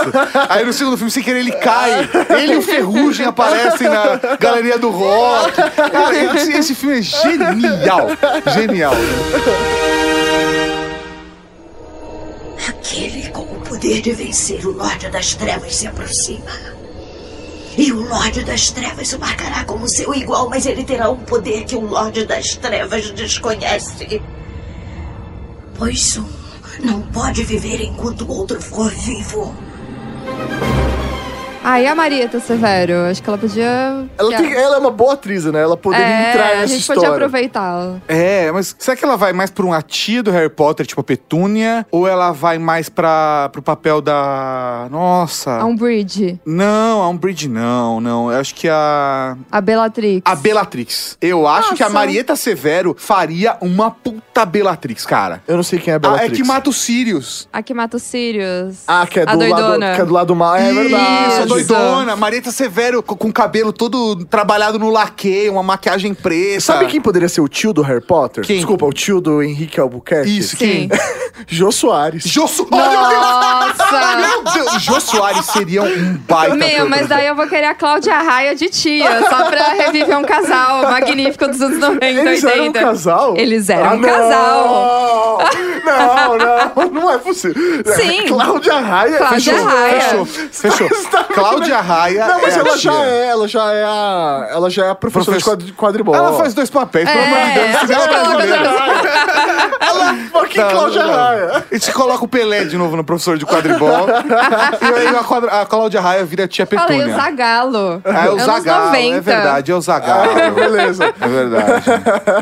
A: Aí no segundo filme, sem querer, ele cai. Ele e o Ferrugem aparecem na galeria do rock. Cara, esse, esse filme é genial. Genial.
F: Aquele com o poder de vencer o Lorde das Trevas se aproxima. E o Lorde das Trevas o marcará como seu igual, mas ele terá um poder que o Lorde das Trevas desconhece. Pois um não pode viver enquanto o outro for vivo.
C: Ah, e a Marieta Severo? Acho que ela podia.
B: Ela, tem- ela é uma boa atriz, né? Ela poderia
C: é,
B: entrar nessa
C: a gente
B: história.
C: podia aproveitá-la.
A: É, mas será que ela vai mais pra uma tia do Harry Potter, tipo a Petúnia? Ou ela vai mais pra, pro papel da. Nossa.
B: Ah.
C: A um Umbridge,
A: Não, a Umbridge não, não. Eu acho que a.
C: a Bellatrix.
A: A Bellatrix. Eu acho que a
C: Nossa.
A: Marieta Severo faria uma puta Bellatrix, cara.
B: Eu não sei quem é a
A: Ah, é
B: Bellatrix.
A: que mata os Sirius.
C: A que mata o Sirius.
B: Ah, que é
C: a
B: do lado,
C: doidona.
B: que é do lado mal. É verdade.
A: Isso, a
C: Isso.
A: doidona. Marieta Severo com, com o cabelo todo trabalhado no laque, uma maquiagem preta.
B: Sabe quem poderia ser o tio do Harry Potter?
A: Quem?
B: Desculpa, o tio do Henrique Albuquerque?
A: Isso,
C: Sim.
A: quem?
B: Jô Soares.
A: Jô Soares.
C: Nossa!
A: Meu Deus, o Jô Soares seria um baita.
C: Meu, mas daí eu vou querer a Cláudia Raia de tia, só pra reviver um casal magnífico dos anos 90,
B: Eles
C: 80.
B: eram um casal?
C: tá, Eles eram
B: Ah,
C: um casal.
B: Não, não, não é possível.
C: Sim.
B: Cláudia Raia.
C: Cláudia
B: fechou,
C: Raia.
B: fechou.
A: Fechou, fechou. Cláudia Raia.
B: Não, mas
A: é a
B: ela já
A: tia.
B: é, ela já é a. Ela já é a professora
A: Professor-
B: de quadri- quadribol.
A: Ela faz dois papéis, pelo amor de Deus.
C: É,
A: Se ela
C: coloca
A: brasileira-
C: outra-
B: Fucking Cláudia
A: não.
B: Raia.
A: E se coloca o Pelé de novo no professor de quadribol. e aí a, quadra, a Cláudia Raia vira tia
C: Falei, o
A: Petúnia.
C: Zagalo.
A: Ah, é o
C: Anos
A: Zagalo,
C: 90.
A: é verdade, é o Zagalo.
B: Beleza.
A: É verdade.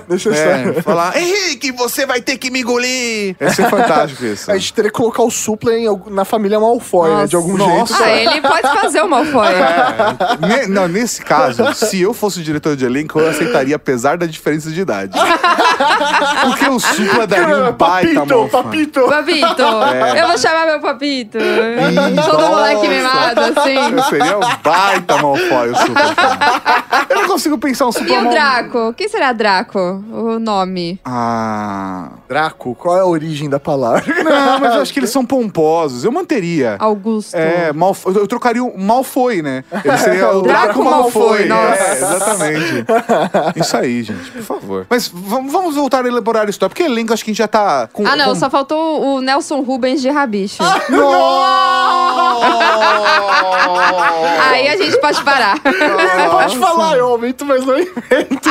B: Necessário.
A: É, falar, Henrique, você vai ter que me engolir. Ia ser é fantástico isso.
B: A gente teria que colocar o supla em algum- na família Malfoy, né?
C: Nossa.
B: De algum
A: Nossa.
B: jeito.
C: Ah, ele pode fazer o Malfoy.
A: É, ne- não, nesse caso, se eu fosse o diretor de elenco, eu aceitaria, apesar da diferença de idade. Porque o Supla daria um baita,
B: papito,
A: mofa.
B: papito.
C: Papito, eu vou chamar meu papito. Todo
A: É. nossa.
C: moleque mimado,
A: Eu
C: assim.
A: seria um baita Malfoy, o Supla. cara. Eu não consigo pensar um
C: E
A: Supla
C: o
A: Mal-
C: Draco? Quem será Draco? O nome.
A: Ah...
B: Draco, qual é a origem da palavra?
A: Não, mas eu acho que eles são pomposos. Eu manteria.
C: Augusto.
A: É, Malfoy, eu trocaria o Malfoy, né? Ele seria o
C: Draco
A: Draco Malfoy.
C: Malfoy, nossa.
A: É, exatamente. Isso aí, gente, por favor. Mas vamos vamos voltar a elaborar a história, porque elenco acho que a gente já tá com.
C: Ah, não,
A: com-
C: só faltou o Nelson Rubens de Rabicho.
A: Nossa!
C: Aí a gente pode parar.
B: Ele pode falar, eu aumento, mas não invento.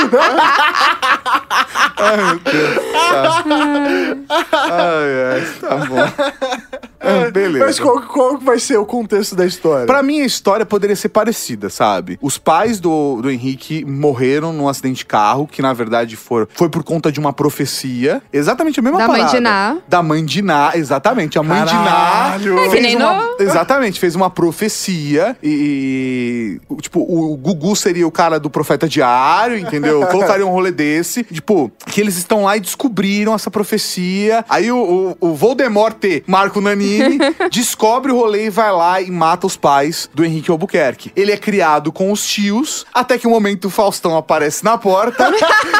A: Ai, ai, tá bom. Ah, beleza.
B: Mas qual, qual vai ser o contexto da história?
A: Pra mim, a história poderia ser parecida, sabe? Os pais do, do Henrique morreram num acidente de carro, que na verdade for, foi por conta de uma profecia. Exatamente a mesma
C: Da mãe
A: parada.
C: de Ná.
A: Da mãe de Ná, exatamente. A mãe de
B: Caralho.
A: Ná.
C: É que
A: fez
C: nem
A: uma-
C: no-
A: Exatamente, fez uma profecia e. e, Tipo, o Gugu seria o cara do profeta diário, entendeu? Colocaria um rolê desse. Tipo, que eles estão lá e descobriram essa profecia. Aí o, o, o Voldemort, Marco Nanini, descobre o rolê e vai lá e mata os pais do Henrique Albuquerque. Ele é criado com os tios, até que o um momento o Faustão aparece na porta.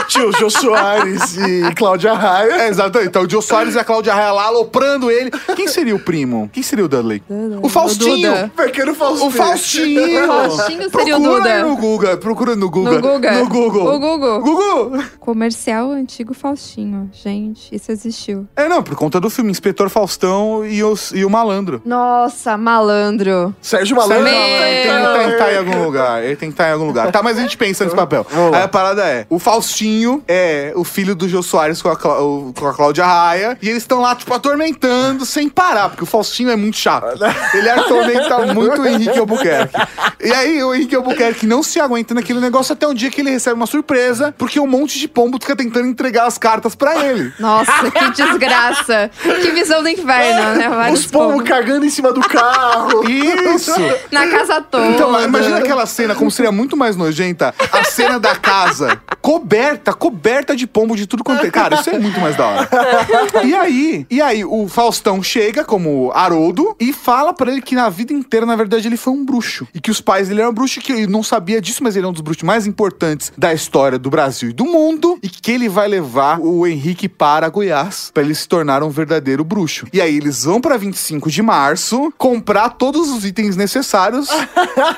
B: Tio Jô Soares e Cláudia Raia.
A: É, exatamente. Então, o Joe Soares e a Cláudia Raia lá aloprando ele. Quem seria o primo? Quem seria o Dudley? O Faustinho!
C: Duda.
B: Pequeno Faustinho.
A: O Faustinho!
C: Faustinho seria o
A: procura
C: Duda.
A: no Google, procura no Google.
C: No Google.
A: No Google.
C: O Google.
A: Google!
C: Comercial antigo Faustinho. Gente, isso existiu.
A: É, não, por conta do filme Inspetor Faustão e, os- e o Malandro.
C: Nossa, malandro.
B: Sérgio
A: Não,
B: Malandro. Tá,
A: não, ele tem, ele tem que estar em algum lugar. Ele tem que estar em algum lugar. Tá, mas a gente pensa nesse papel. Aí a parada é: o Faustinho é o filho do Jô Soares com a, Clá- o- com a Cláudia Raia. E eles estão lá, tipo, atormentando sem parar, porque o Faustinho é muito chato. Ele atormenta muito o Henrique Albuquerque. E aí o Henrique Albuquerque não se aguenta naquele negócio até um dia que ele recebe uma surpresa, porque um monte de pombo fica tentando entregar as cartas pra ele.
C: Nossa, que desgraça. que visão do inferno, né? Vários
B: Os pombos
C: povos.
B: cagando em cima do carro.
A: Isso!
C: Na casa toda.
A: Então, imagina aquela cena, como seria muito mais nojenta, a cena da casa coberta, coberta de pombo de tudo quanto é. Cara, isso é muito mais da hora. E aí, e aí o Faustão chega como Haroldo e fala pra ele que na vida inteira, na verdade, ele foi um bruxo. E que os pais dele eram bruxos, que ele não sabia disso, mas ele é um dos bruxos mais importantes da história do Brasil e do mundo. E que ele vai levar o Henrique para Goiás, pra ele se tornar um verdadeiro bruxo. E aí eles vão pra 25 de março comprar todos os itens necessários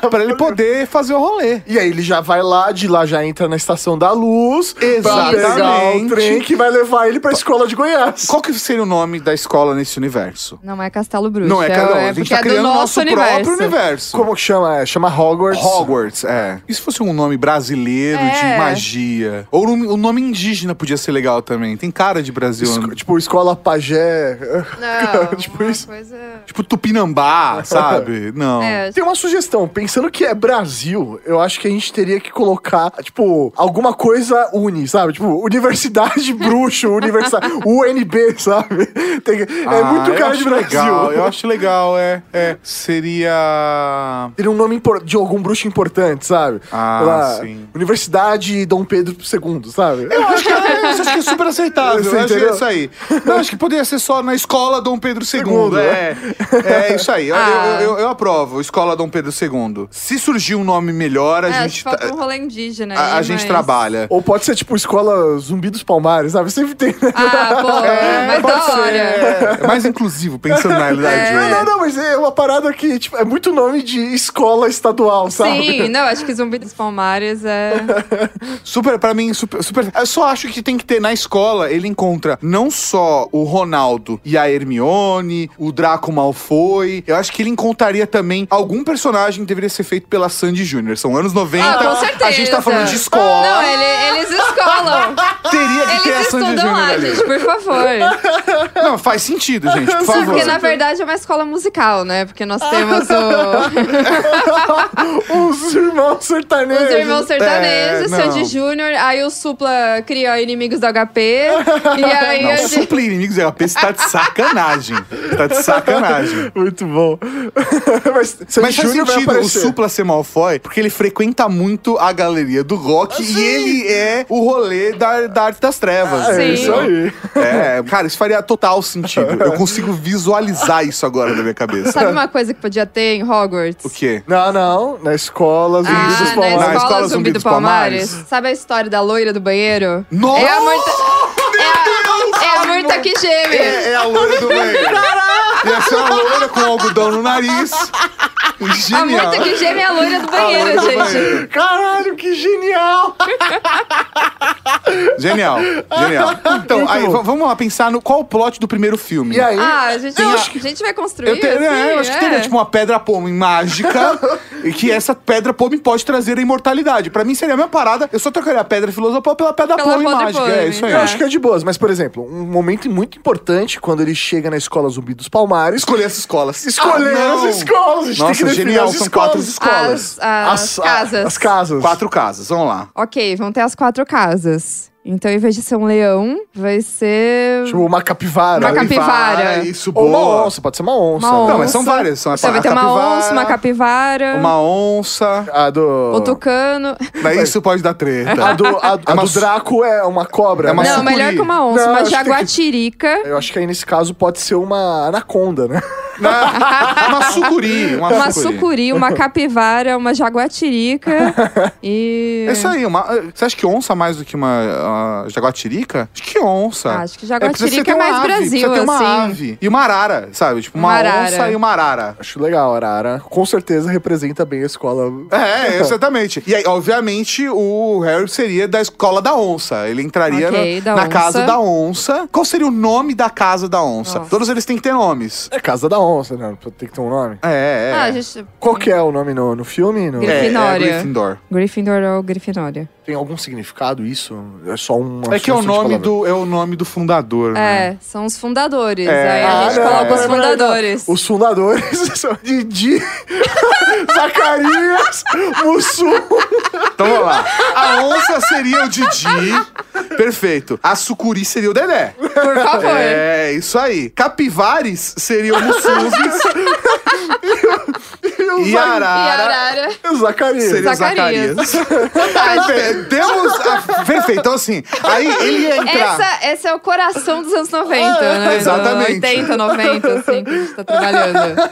A: pra ele poder fazer o rolê.
B: E aí ele já vai lá, de lá já entra na estação da luz. Pra
A: Exatamente.
B: pegar o trem que vai levar ele pra escola de Goiás.
A: Qual que seria o nome da escola nesse universo?
C: Não é Castelo Bruxo.
A: Não é, cada um.
C: é
A: a gente
C: porque
A: tá
C: é do
A: criando o
C: nosso
A: nosso
C: universo.
A: próprio universo.
B: Como que chama? É, Chama Hogwarts.
A: Hogwarts, é. E se fosse um nome brasileiro
C: É.
A: de magia? Ou um, um nome indígena podia ser legal também. Tem cara de Brasil.
B: Esco-
A: né?
B: tipo, escola pajé.
C: Não,
B: Tipo
C: uma
B: isso.
C: coisa...
A: Tipo Tupinambá, sabe? Não.
C: É,
B: Tem uma sugestão. Pensando que é Brasil, eu acho que a gente teria que colocar, tipo, alguma coisa uni, sabe? Tipo, Universidade Bruxo, Universidade UNB, sabe? Tem que- é
A: Ah,
B: muito
A: eu
B: cara
A: acho
B: de Brasil.
A: Legal, eu acho legal, é. é. Seria.
B: Teria um nome impor- de algum bruxo importante, sabe?
A: Ah,
B: Sei
A: sim.
B: Universidade Dom Pedro II, sabe?
A: Eu acho que, eu acho que é super aceitável.
B: Você
A: eu acho que é
B: entendeu?
A: isso aí. Não, acho que poderia ser só na escola Dom Pedro II.
B: Segundo,
A: É, é isso aí. Eu,
C: Ah.
A: eu, eu- eu aprovo. Escola Dom Pedro II. Se surgir um nome melhor, a
C: é, acho que
A: gente.
C: falta
A: tá-
C: um rolê indígena
A: a,
C: aí,
A: a gente
C: mas-
A: trabalha.
B: Ou pode ser, tipo, escola Zumbi dos Palmares, sabe? Sempre tem, né?
C: Ah, pô, mas da hora.
A: É, mais inclusivo, pensando na realidade.
B: Não,
A: hoje.
B: não, não, mas é uma parada que, tipo, é muito nome de escola estadual, sabe?
C: Sim, não, acho que Zumbi dos Palmares é...
A: Super, pra mim, super, super. Eu só acho que tem que ter na escola. Ele encontra não só o Ronaldo e a Hermione, o Draco Malfoy. Eu acho que ele encontraria também algum personagem que deveria ser feito pela Sandy Júnior. São anos 90.
C: ah, com certeza.
A: A gente tá falando de escola.
C: Não, ele- eles escolam.
A: Teria que ter a
C: Eles
A: Sandy
C: estudam
A: Júnior
C: lá,
A: ali.
C: gente, por favor.
A: Não, faz sentido, gente. Por favor. Ah.
C: Porque, na verdade, é uma escola musical, né? Porque nós temos o,
B: Os irmãos sertanejos.
C: os irmãos sertanejos,
A: É,
C: Sandy
A: não.
C: Júnior, aí o Supla cria inimigos do HP, e aí
A: Não,
C: a
A: gente...
C: gente...
A: suplir inimigos da HP, você tá de sacanagem. Tá de sacanagem.
B: Muito bom. mas Sandy
A: Mas faz
B: Júnior vai
A: sentido o
B: aparecer.
A: Supla ser Malfoy, porque ele frequenta muito a galeria do
B: Ah,
A: rock e ele é o rolê da, da arte das trevas.
B: É
C: Sim.
B: isso aí.
A: É, cara, isso faria total sentido. Eu consigo visualizar isso agora na minha cabeça.
C: Sabe uma coisa que podia ter em Hogwarts?
A: O quê?
B: Não, não. Na escola Zumbi
C: Ah,
B: dos
C: na
B: Palmares.
C: escola,
A: Na escola
C: Zumbi,
A: Zumbi
C: do
A: dos
C: Palmares.
A: Palmares.
C: Sabe a história da loira do banheiro?
A: Nossa!
C: É a Murta... É a, é a Murta que geme.
A: É, é a loira do meio. Ia ser uma loira com algodão no nariz.
C: A
A: Genial.
C: Murta que geme é a loira do banheiro, gente.
B: Caralho, que genial!
A: Genial. Genial. Então, aí, v- vamos lá pensar no qual o plot do primeiro filme.
B: E aí?
C: Ah, a gente, a gente vai construir.
A: Eu, te-
C: assim,
A: é, eu acho que teria, tipo, uma pedra pome mágica e que essa pedra pome pode trazer a imortalidade. Pra mim seria a mesma parada, eu só trocaria a pedra filosofal pela pedra
C: Pela
A: pome
C: pedra
A: mágica.
C: pome,
A: É isso aí.
B: Eu
C: tá.
A: Eu acho
B: acho que é de boas, mas, por exemplo, um momento muito importante quando ele chega na escola Zumbi dos Palmares.
A: Escolher as escolas.
B: Escolher
A: Ah,
B: as
A: não.
B: escolas, a gente
A: Nossa,
B: tem que definir
A: genial,
B: as
A: são
B: escolas.
A: quatro escolas.
C: As- Ah, as casas.
B: As casas.
A: Quatro casas, vamos lá.
C: Ok, vão ter as quatro casas. Então, em vez de ser um leão, vai ser
B: Tipo, uma capivara.
C: Uma capivara.
A: Isso,
B: Ou
A: boa.
B: uma onça, pode ser uma onça.
C: uma onça.
A: Não, mas são várias, são a
C: Você vai ter
A: capivara,
C: uma onça, uma capivara,
A: Uma onça.
B: A do...
C: o tucano.
A: Daí isso pode dar treta.
B: A do, a, a
A: É uma
B: do
A: su-
B: Draco é uma cobra.
A: É uma
B: né?
C: não,
A: sucuri.
C: melhor que uma onça,
B: Não,
C: uma
B: acho que É, tem que-
C: jaguatirica.
B: Eu acho que aí, nesse caso, pode ser uma anaconda, né?
A: uma sucuri. Uma,
C: Uma sucuri, uma capivara, uma jaguatirica e...
A: É isso aí. Uma, você acha que onça é mais do que uma, uma jaguatirica? Acho que onça.
C: Ah, acho que
A: precisa
C: jaguatirica
A: ter
C: é
A: uma
C: mais
A: ave,
C: Brasil,
A: precisa ter uma
C: assim.
A: ave. E uma arara, sabe? Tipo, uma,
C: Uma arara.
A: onça e uma arara.
B: Acho legal, Arara. Com certeza representa bem a escola. Então,
A: É, exatamente. E aí, obviamente, o Harry seria da escola da onça. Ele entraria
C: Ok,
A: na,
C: da
A: na
C: onça.
A: casa da onça. Qual seria o nome da casa da onça?
C: Nossa.
A: Todos eles têm que ter nomes.
B: É Casa da Onça, né? Tem que ter um nome.
A: É, é.
C: Ah,
A: é.
C: a gente...
B: Qual que é o nome no, no filme? No-
A: É, é
C: Grifinória.
A: Gryffindor.
C: Gryffindor ou Grifinória?
B: Tem algum significado isso? É só uma
A: É que é o
B: sugestão de palavra.
A: nome do é o nome do fundador, né?
C: É, são os fundadores.
A: É.
C: Aí a gente
A: Ah, não,
C: coloca os
B: não, não, não.
C: fundadores.
B: Os fundadores são Didi, Zacarias, Mussum.
A: Então vamos lá. A onça seria o Didi. Perfeito. A sucuri seria o Dedé.
C: Por favor.
A: É, isso aí. Capivares seria o Mussuzi. e a
C: E a
A: arara
C: arara. Tá,
B: Zacarias.
A: seria o
C: Zacarias.
A: Zacarias. Perfeito. Temos a- Perfeito. Então assim, aí ele ia entrar...
C: Essa, essa é o coração dos anos 90, né?
A: Exatamente.
C: 80, 90, assim, que a gente tá trabalhando.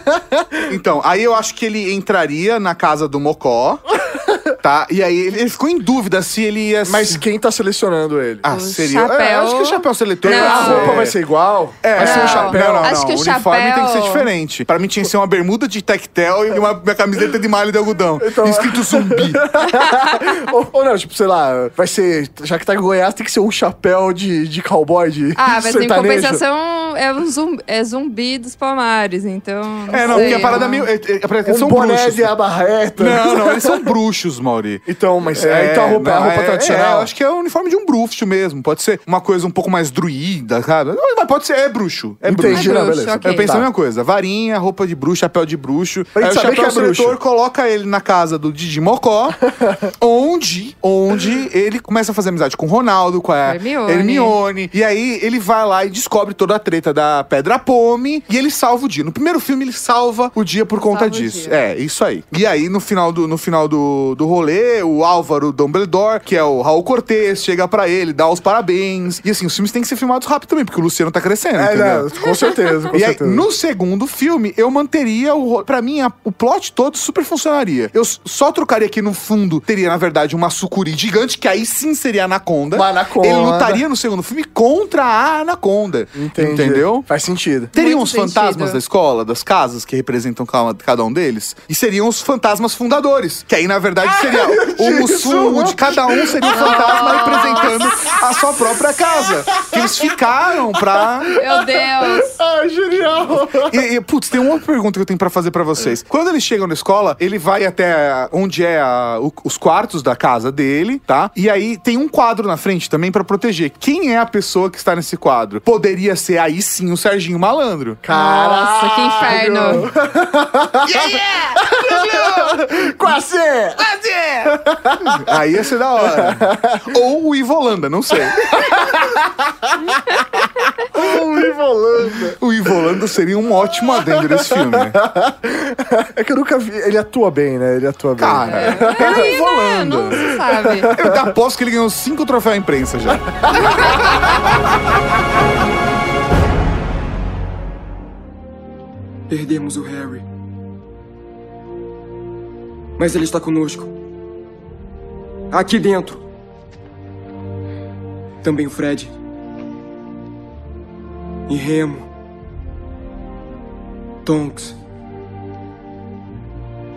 A: Então, aí eu acho que ele entraria na casa do Mocó, tá? E aí ele ele ficou em dúvida se ele ia...
B: Mas quem tá selecionando ele?
A: Ah,
C: O
A: seria.
C: chapéu-
A: É, acho que o chapéu seletor.
C: Não.
B: A roupa vai ser igual?
A: É,
B: Vai ser um
C: Não.
B: chapéu?
A: Não, não,
C: Acho
A: não.
C: que o
A: o uniforme
C: chapéu-
A: tem que ser diferente. Pra mim tinha que ser uma bermuda de tectel e uma, uma camiseta de malha de algodão.
B: Então-
A: Escrito zumbi.
B: ou, ou não, tipo, sei lá, vai ser. Já que tá em Goiás, tem que ser um chapéu de, de cowboy de.
C: Ah, mas em
B: sertanejo.
C: compensação é, um zumbi, é zumbi dos palmares, então.
A: É, não,
C: sei,
A: porque a parada
C: é
A: é meio.
C: uma-
A: É, é, é, parece que
B: Um
A: eles são
B: boné
A: bruxos.
B: de aba reta.
A: Não, não, eles são bruxos, Mauri.
B: Então, mas é, então a roupa, a
A: não,
B: roupa
A: é- É,
B: tradicional.
A: eu acho que é o uniforme de um bruxo mesmo. Pode ser uma coisa um pouco mais druida, sabe? Mas pode ser, é bruxo. É bruxo.
B: Entendi,
C: É
B: não,
C: bruxo,
B: beleza.
C: ok.
A: Eu penso
B: Tá.
A: a mesma coisa. Varinha, roupa de bruxo, chapéu de bruxo.
B: Pra
A: Aí
B: gente
A: o
B: saber
A: chapéu
B: que é bruxo.
A: seletor coloca ele na casa do Didi Mocó, onde, onde ele começa a fazer amizade com o Ronaldo, com a
C: Hermione.
A: Hermione. E aí ele vai lá e descobre toda a treta da Pedra Pome e ele salva o dia. No primeiro filme ele salva o dia por conta
C: Salva o
A: disso.
C: dia.
A: É, isso aí. E aí no final do, no final do, do rolê, o Álvaro Dumbledore, que é o Raul Cortez, chega pra ele, dá os parabéns. E assim, os filmes têm que ser filmados rápido também, porque o Luciano tá crescendo,
B: É,
A: entendeu?
B: não, com certeza, com
A: E aí,
B: certeza.
A: no segundo filme, eu manteria o. ro- Pra mim, a- o plot todo super funcionaria. Eu s- só trocaria que no fundo teria, na verdade, uma sucuri gigante, que aí sim seria a Anaconda.
B: Uma anaconda.
A: Ele lutaria no segundo filme contra a Anaconda.
B: Entendi.
A: Entendeu?
B: Faz seriam
A: Teriam
C: Muito
A: os fantasmas
C: sentido.
A: da escola, das casas que representam ca- cada um deles, e seriam os fantasmas fundadores, que aí na verdade seria o Mussum de cada um seria um fantasma representando a sua própria casa. Que eles ficaram pra
C: Meu Deus!
B: Ah, genial!
A: e, e, putz, tem uma outra pergunta que eu tenho pra fazer pra vocês. Quando eles chegam na escola, ele vai até onde é a- o- os quartos da casa dele, tá? E aí tem um quadro na frente também pra proteger. Quem é a pessoa que está nesse quadro? Poderia ser aí sim o Serginho Malandro.
C: Nossa, que inferno!
B: Quase!
A: Aí ia ser da hora. Ou o Ivolanda, não sei.
B: O Ivolanda!
A: O Ivolanda seria um ótimo adendo desse filme.
B: É que eu nunca vi. Ele atua bem, né? Ele atua bem.
A: Cara,
C: Peraí, né?
A: Ivolanda.
C: Não se sabe.
A: eu aposto que ele ganhou cinco troféus à imprensa já.
J: Perdemos o Harry. Mas ele está conosco. Aqui dentro. Também o Fred. E Remo. Tonks.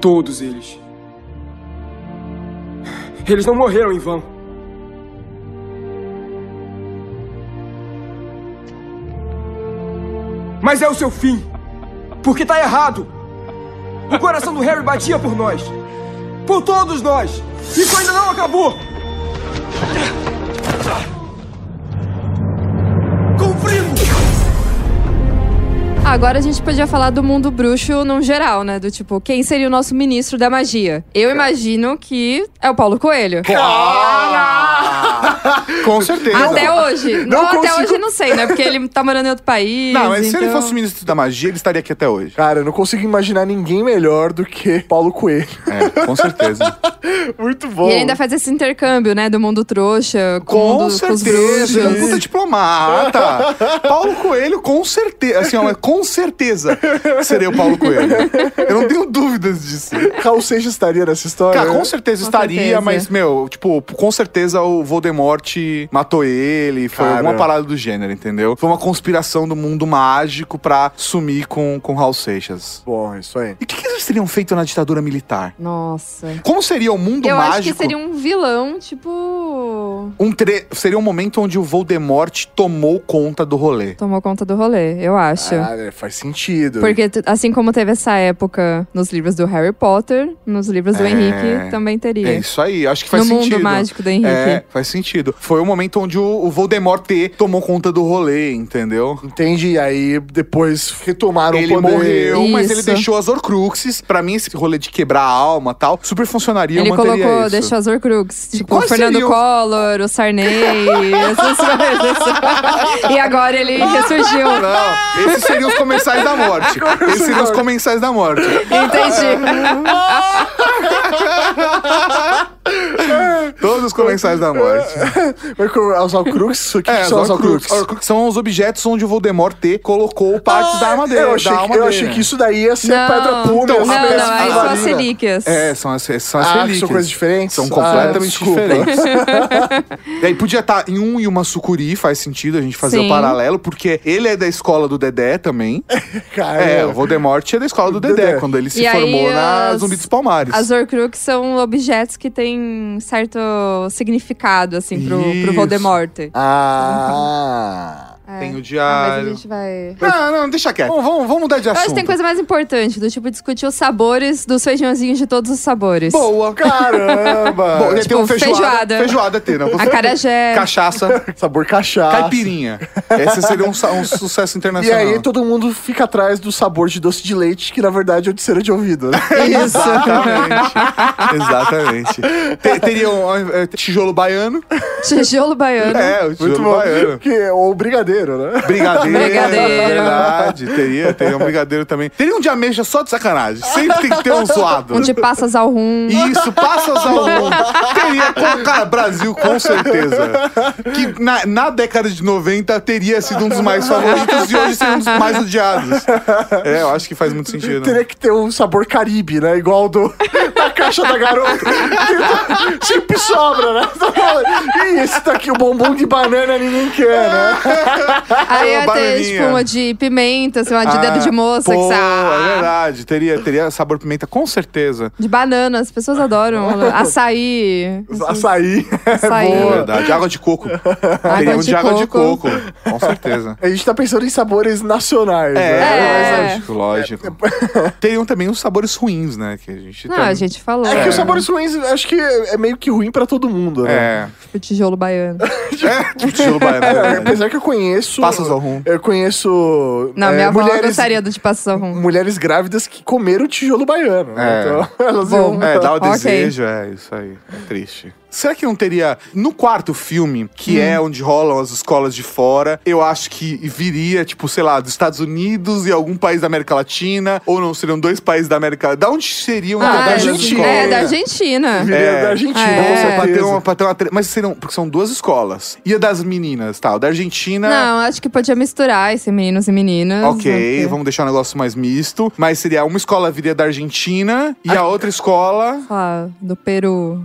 J: Todos eles. Eles não morreram em vão. Mas é o seu fim. Porque tá errado. O coração do Harry batia por nós. Por todos nós. Isso ainda não acabou.
C: Agora a gente podia falar do mundo bruxo num geral, né? Do tipo, quem seria o nosso ministro da magia?
A: É.
C: Eu imagino que é o Paulo Coelho.
B: É.
A: Com certeza.
C: Até hoje.
A: Não
C: Não, até
A: consigo-
C: hoje eu não sei, né? Porque ele tá morando em outro país.
A: Não, mas se ele
C: então-
A: fosse ministro da magia, ele estaria aqui até hoje.
B: Cara, eu não consigo imaginar ninguém melhor do que Paulo Coelho.
A: É, com certeza.
B: Muito bom.
C: E ele ainda faz esse intercâmbio, né? Do mundo trouxa com, o
A: Com
C: mundo, com os
A: certeza, ele é um
C: bruxos.
A: puta diplomata. Paulo Coelho, com certeza. Assim, ó, com certeza seria o Paulo Coelho. Eu não tenho dúvidas disso.
B: Carl Seixas estaria nessa história.
A: Cara,
B: né?
A: com certeza
C: Com
A: estaria,
C: certeza.
A: mas, meu, tipo, com certeza o Voldemort matou ele, foi
B: Cara.
A: alguma parada do gênero, entendeu? Foi uma conspiração do mundo mágico pra sumir com, com Raul Seixas.
B: Bom, isso aí.
A: E o que, que eles teriam feito na ditadura militar?
C: Nossa.
A: Como seria o mundo
C: Eu
A: mágico?
C: acho que seria um vilão, tipo.
A: um tre- seria um momento onde o Voldemort tomou conta do rolê.
C: Tomou conta do rolê, eu acho.
A: Ah,
B: Cara, faz sentido.
C: Porque, t- assim como teve essa época nos livros do Harry Potter, nos livros do
A: É.
C: Henrique também teria.
A: É isso aí, acho que faz
C: no
A: sentido.
C: mundo mágico do Henrique.
A: É, faz sentido. Foi o momento onde o, o Voldemort T tomou conta do rolê, entendeu?
B: Entende? E aí depois retomaram
A: Ele
B: o poder.
A: morreu, mas ele
C: Isso.
A: deixou as Horcruxes. Pra mim, esse rolê de quebrar a alma e tal, super funcionaria,
C: Ele
A: eu manteria
C: colocou,
A: isso.
C: deixou as Horcrux. Tipo, o
A: Quais
C: Fernando
A: seriam?
C: Collor, o Sarney, essas coisas. e agora ele ressurgiu.
A: Não, esses seriam os comensais da morte. Esses seriam os comensais da morte.
C: Entendi.
A: Todos os comensais da morte.
B: Mas com Os Alcrux? O que, que
A: É, os
B: são os
A: Horcrux.
B: Alcrux?
A: Horcrux são os objetos onde o Voldemort T colocou partes da arma dele.
B: Ah, Eu achei,
A: da
B: que,
A: alma
B: eu
A: dele.
B: achei que isso daí ia ser
C: Não,
B: pedra pura.
A: Então,
B: ia
C: não,
B: ser
A: a
C: não,
A: peça
C: aí são as
A: varinha.
C: relíquias.
A: É, são as, são as
B: Ah, que
A: relíquias.
B: são coisas diferentes?
A: São
B: Ah,
A: completamente
B: desculpa.
A: diferentes. e aí podia estar em um e uma sucuri, faz sentido a gente fazer o
C: Sim.
A: paralelo, porque ele é da escola do Dedé também.
B: Cara,
A: É, o Voldemort é da escola do
B: Dedé.
A: Dedé, É. quando ele se
C: E aí
A: formou na
C: as-
A: Zumbi dos Palmares.
C: As Horcrux são objetos que têm certo significado, assim, pro,
A: Isso.
C: pro Voldemort. É.
B: Ah.
A: Tem o
C: Ah, mas a
A: diário.
C: gente vai...
A: Não, não, deixa quieto. Vamos, vamos, vamos mudar de
C: Eu acho
A: assunto.
C: que tem coisa mais importante, do tipo discutir os sabores dos feijãozinhos de todos os sabores.
A: Boa.
B: Caramba!
A: Bom, ia ter
C: Tipo,
A: um feijoada.
C: feijoada.
A: Feijoada ter, não.
C: Acarajé.
A: Cachaça.
B: Sabor cachaça.
A: Caipirinha. Esse seria um, sa- um
B: E
A: sucesso internacional.
B: aí todo mundo fica atrás do sabor de doce de leite, que na verdade é o de cera de ouvido, né?
C: Isso.
A: Exatamente. Te- teria um eh, tijolo baiano.
C: Tijolo baiano.
A: É, o tijolo
B: Muito bom.
A: baiano.
B: Que é o brigadeiro, né?
A: Brigadeiro,
C: Brigadeiro.
A: verdade. Teria, teria um brigadeiro também. Teria um de ameixa só de sacanagem. Sempre tem que ter um zoado.
C: Onde passas ao rum.
A: Isso, passas ao mundo. Teria, com- cara, Brasil, com certeza. Que na, na década de 90 teria sido um dos mais favoritos e hoje seria um dos mais odiados. É, eu acho que faz muito sentido.
B: Teria que ter um sabor caribe, né? Igual ao do da caixa da garota. Sempre sobra, né? E esse daqui, o bombom de banana, ninguém quer, né?
C: Aí ia ter,
A: bananinha. Ah,
C: tipo, uma de pimenta, sei lá, de dedo de moça,
A: pô,
C: que Ah.
A: É
C: sa...
A: verdade, teria, teria sabor pimenta, com certeza.
C: De banana, as pessoas adoram. Açaí.
B: Açaí.
C: Açaí.
A: É verdade. Água de coco. teria um de,
C: de
A: água de
C: coco.
A: coco, com certeza.
B: A gente tá pensando em sabores nacionais, né?
C: É.
A: lógico, lógico. Teriam também os sabores ruins, né? Que a gente
C: Não,
A: tem.
C: a gente falou.
B: É que
C: né?
B: os sabores ruins, acho que é meio que ruim pra todo mundo, né?
A: É.
C: Tipo, tijolo baiano.
A: Tipo estilo baiano.
B: É,
A: né?
B: apesar que eu conheço.
A: Passas ao rum.
B: Eu conheço.
C: Não,
B: é,
C: minha avó
B: mulheres,
C: gostaria do de passas ao rum.
B: mulheres grávidas que comeram tijolo baiano. né?
A: É.
B: Então, elas
C: Bom.
B: iam.
A: É, dá o
C: Ok.
A: desejo, é isso aí. É triste. Será que não teria. No quarto filme, que
C: Hum.
A: é onde rolam as escolas de fora, eu acho que viria, tipo, sei lá, dos Estados Unidos e algum país da América Latina, ou não, seriam dois países da América Da onde seriam
C: Ah,
A: cada
C: é
A: uma das
C: da-
A: escolas?
C: É, da Argentina.
B: Viria da Argentina.
C: É.
B: com
A: Nossa, pra ter
B: certeza.
A: uma, pra ter uma tre- Mas seriam. Porque são duas escolas. E a das meninas, tal. Da Argentina.
C: Não, acho que podia misturar esse meninos e meninas.
A: Ok,
C: né?
A: vamos deixar o negócio mais misto.
C: Ah.
A: Mas seria uma escola viria da Argentina e a outra escola.
C: Sei lá, do Peru.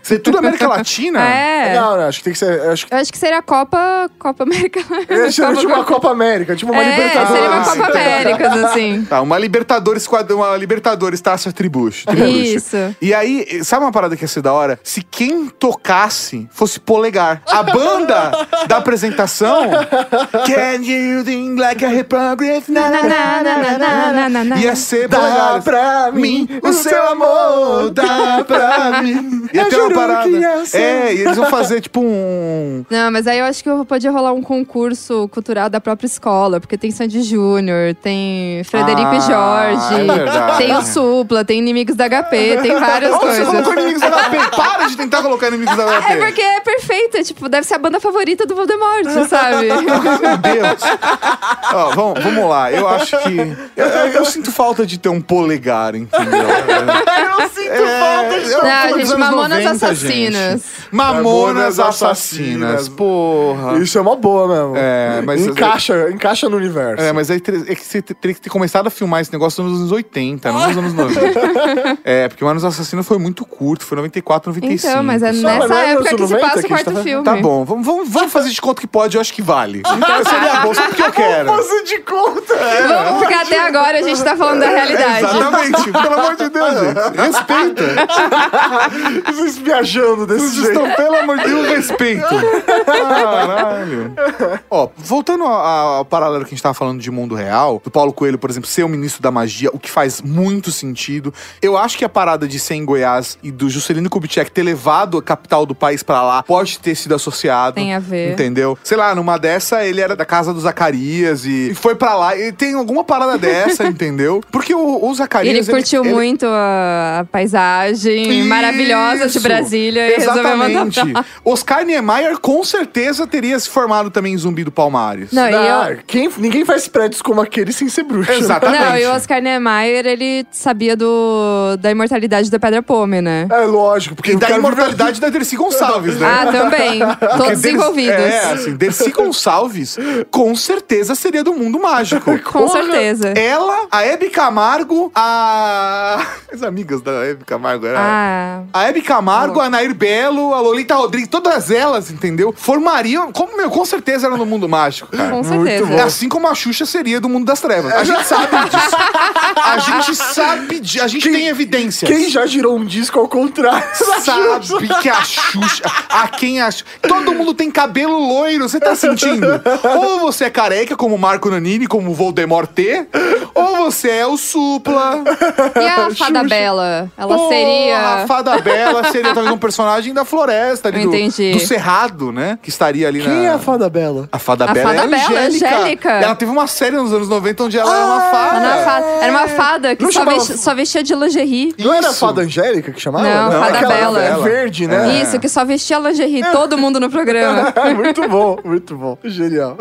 A: Você tudo América Latina?
C: É.
K: Não, não, acho que tem que ser. Acho que
C: Eu acho que seria a Copa. Copa América.
K: é, seria tipo uma Copa América, tipo uma
C: É,
K: Libertadores.
C: seria uma
A: Então,
C: Copa
K: entendeu?
C: Américas, assim.
A: Tá, uma Libertadores, quadra- uma Libertadores Taça Tribucho. Tribucho.
C: Isso.
A: E aí, sabe uma parada que ia ser da hora? Se quem tocasse fosse polegar. A banda da apresentação. Can you think like a hypocrite? Na, na, na, na, na, na, na, na, na. Ia ser
K: Dá
A: polegar.
K: pra mim o seu amor, dá pra mim.
A: Ia
K: Eu
A: ter uma
K: juro
A: parada.
K: que eu sou.
A: É, e eles vão fazer tipo um.
C: Não, mas aí eu acho que podia rolar um concurso cultural da própria escola, porque tem Sandy Júnior, tem Frederico
A: Ah,
C: e Jorge,
A: é verdade.
C: tem o Supla, tem Inimigos da HP, tem várias
A: Nossa,
C: coisas.
A: colocou inimigos da HP. Para de tentar colocar inimigos da HP.
C: É porque é perfeita, tipo, deve ser a banda favorita do Voldemort, sabe?
A: Meu Deus. Ó, vamos, vamos lá. Eu acho que. Eu, eu- eu sinto falta de ter um polegar, entendeu? É,
K: Eu sinto falta de um
A: eu-
C: Não,
A: dos
C: gente,
A: anos
C: Mamonas
A: 90,
C: Assassinas.
A: gente. Mamonas assassinas, porra.
K: Isso é uma boa mesmo.
A: É, mas.
K: Encaixa, encaixa no universo.
A: É, mas aí ter- é que você te- teria que ter começado a filmar esse negócio nos anos 80, não nos anos 90. é, porque o Manos Assassino foi muito curto, foi 94, 95.
C: Então, mas é nessa
A: né,
K: mas é
C: época
K: nos
C: que se
K: 90
C: passa o
K: que a gente
C: quarto
K: tá-
C: filme.
A: Tá bom, vamos, vamos, vamos fazer de conta que pode, eu acho que vale. Então, seria bom, só porque eu quero.
K: Você de conta!
C: Vamos, porque até agora a gente tá falando
A: É,
C: da realidade.
A: Exatamente, pelo amor de Deus, gente. Respeita.
K: Vocês viajando desse
A: Vocês
K: jeito.
A: estão, pelo amor de Deus, respeito. Caralho. Ó, voltando ao, ao paralelo que a gente tava falando de mundo real, do Paulo Coelho, por exemplo, ser o ministro da magia, o que faz muito sentido. Eu acho que a parada de ser em Goiás e do Juscelino Kubitschek ter levado a capital do país pra lá pode ter sido associado.
C: Tem a ver.
A: Entendeu? Sei lá, numa dessa ele era da casa do Zacarias e, e foi pra lá. E tem alguma parada dessa, entendeu? Porque o, o
C: E
A: Zacarias.
C: ele curtiu
A: ele-
C: muito a, a paisagem maravilhosa de
A: Isso!
C: Brasília e resolveu mandar
A: Exatamente.
C: pra lá.
A: Oscar Niemeyer com certeza teria se formado também em Zumbi do Palmares.
C: Não, e eu,
K: Ah, quem, ninguém faz prédios como aquele sem ser bruxo.
A: Exatamente.
C: Não, e o Oscar Niemeyer, ele sabia do, da imortalidade da Pedra Pome, né?
K: É lógico, porque
A: E
K: o
A: da
K: cara vive-
A: imortalidade da Dercy Gonçalves, né?
C: Ah, também.
A: Porque
C: Todos
A: Dercy-
C: envolvidos.
A: É, assim, Dercy Gonçalves com certeza seria do mundo mágico.
C: Com certeza.
A: É. Ela, a Hebe Camargo, a. As amigas da Hebe Camargo era.
C: Ah.
A: A Hebe Camargo, a Nair Belo, a Lolita Rodrigues, todas elas, entendeu? Formariam. Como, meu, com certeza era no mundo mágico, cara.
C: Com certeza.
A: É assim como a Xuxa seria do mundo das trevas. A gente sabe disso. A gente sabe disso. A gente tem evidências.
K: Quem já girou um disco ao contrário?
A: sabe que a Xuxa. A quem a Xuxa. Todo mundo tem cabelo loiro, você tá sentindo? Ou você é careca, como Marco Nanini, como Voldemort T, ou você é o Supla.
C: E a Fada Bela? Ela
A: Porra, A
C: seria.
A: Fada Bela seria talvez um personagem da floresta, ali
C: Eu
A: do,
C: entendi.
A: do Cerrado, né? Que estaria ali na.
K: Quem é a fada bela?
A: A Fada
C: A
A: Bela
C: Fada
A: é a
C: Bela,
A: Angélica.
C: Angélica.
A: Ela teve uma série nos anos 90 onde ela era
K: Ah,
A: uma fada.
C: Ela não era fada- Era
A: É.
C: uma fada que
K: Não
C: só,
K: chamava-
C: vestia, só vestia de lingerie.
K: Não era a
A: Isso.
K: fada Angélica que chamava?
C: Não, Não, fada
K: aquela
C: bela.
K: É verde, né? É,
C: Isso, que só vestia lingerie,
A: É.
C: todo mundo no programa.
K: muito bom, muito bom. Genial.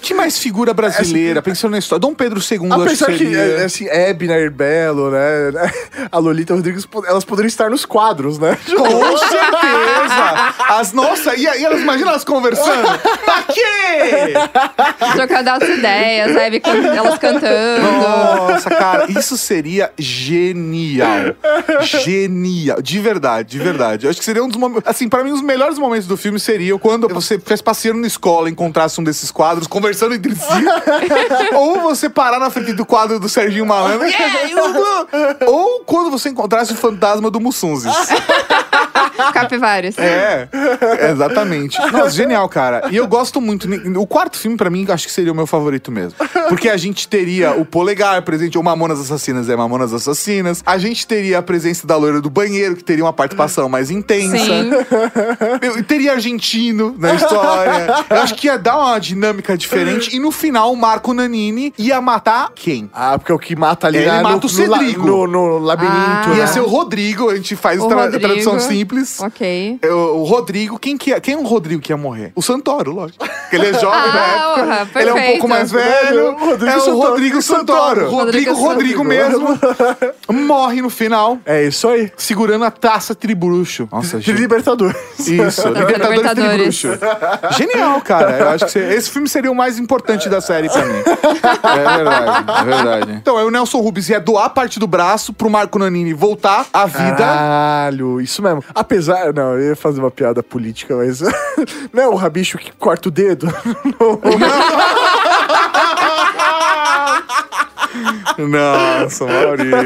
A: Que mais figura brasileira? Pensando na história. Dom Pedro II,
K: A
A: acho que
K: pensar que,
A: seria.
K: é, assim, Ebner Belo, né? A Lolita Rodrigues, elas poderiam estar nos quadros, né?
A: Com certeza! As nossa, e, aí elas imagina elas conversando? pra quê?
C: Trocando altas ideias, a Hebe can- elas cantando.
A: Nossa, cara, isso seria genial. Genial. De verdade, de verdade. Eu acho que seria um dos momentos. Assim, pra mim, os melhores momentos do filme seriam quando você fizesse passeando na escola, encontrasse um desses quadros, conversando entre si. ou você parar na frente do quadro do Serginho Malandro. "Yeah, eu vou." ou quando você encontrasse o fantasma do Mussunzis.
C: Capivares.
A: É, exatamente. Nossa, genial, cara. E eu gosto muito. O quarto filme, pra mim, acho que seria o meu favorito mesmo. Porque a gente teria o Polegar presente, ou Mamonas Assassinas é Mamonas Assassinas. A gente teria a presença da loira do banheiro, que teria uma participação mais intensa.
C: Sim.
A: Eu- e teria argentino na história. Eu acho que ia dar uma dinâmica diferente. E no final, o Marco Nanini ia matar quem?
K: Ah,
B: é
K: porque o que mata ali
A: Ele
K: né,
A: mata
K: no,
A: o Cedrigo.
K: No, la- no- no labirinto,
C: Ah.
K: né?
A: Ia ser é o Rodrigo, a gente faz
C: O
A: tra-
C: Rodrigo.
A: tradução simples.
C: Ok.
A: É, O o Rodrigo, quem que é? Quem é o Rodrigo que ia morrer? O Santoro, lógico. Porque ele é jovem
C: Ah,
A: na época.
C: orra,
A: ele é um pouco
C: perfeito.
A: mais velho.
K: O Rodrigo
A: é o
K: Santoro.
A: Rodrigo Santoro. Rodrigo,
C: Rodrigo
A: Rodrigo mesmo. morre no final,
K: É isso aí.
A: segurando a taça tribruxo. Nossa,
K: De Libertador.
A: Isso, Libertadores,
C: Libertadores.
A: Tribruxo. Genial, cara. Eu acho que você- esse filme seria o mais importante da série pra mim. É verdade, é verdade. Então, aí o Nelson Rubens ia doar parte do braço pro Marco Nanini voltar à vida.
K: Caralho, isso mesmo. A
B: Apesar. Não, eu ia fazer uma piada política, mas. não é o rabicho que corta o dedo? Não.
A: Nossa, Maurinho.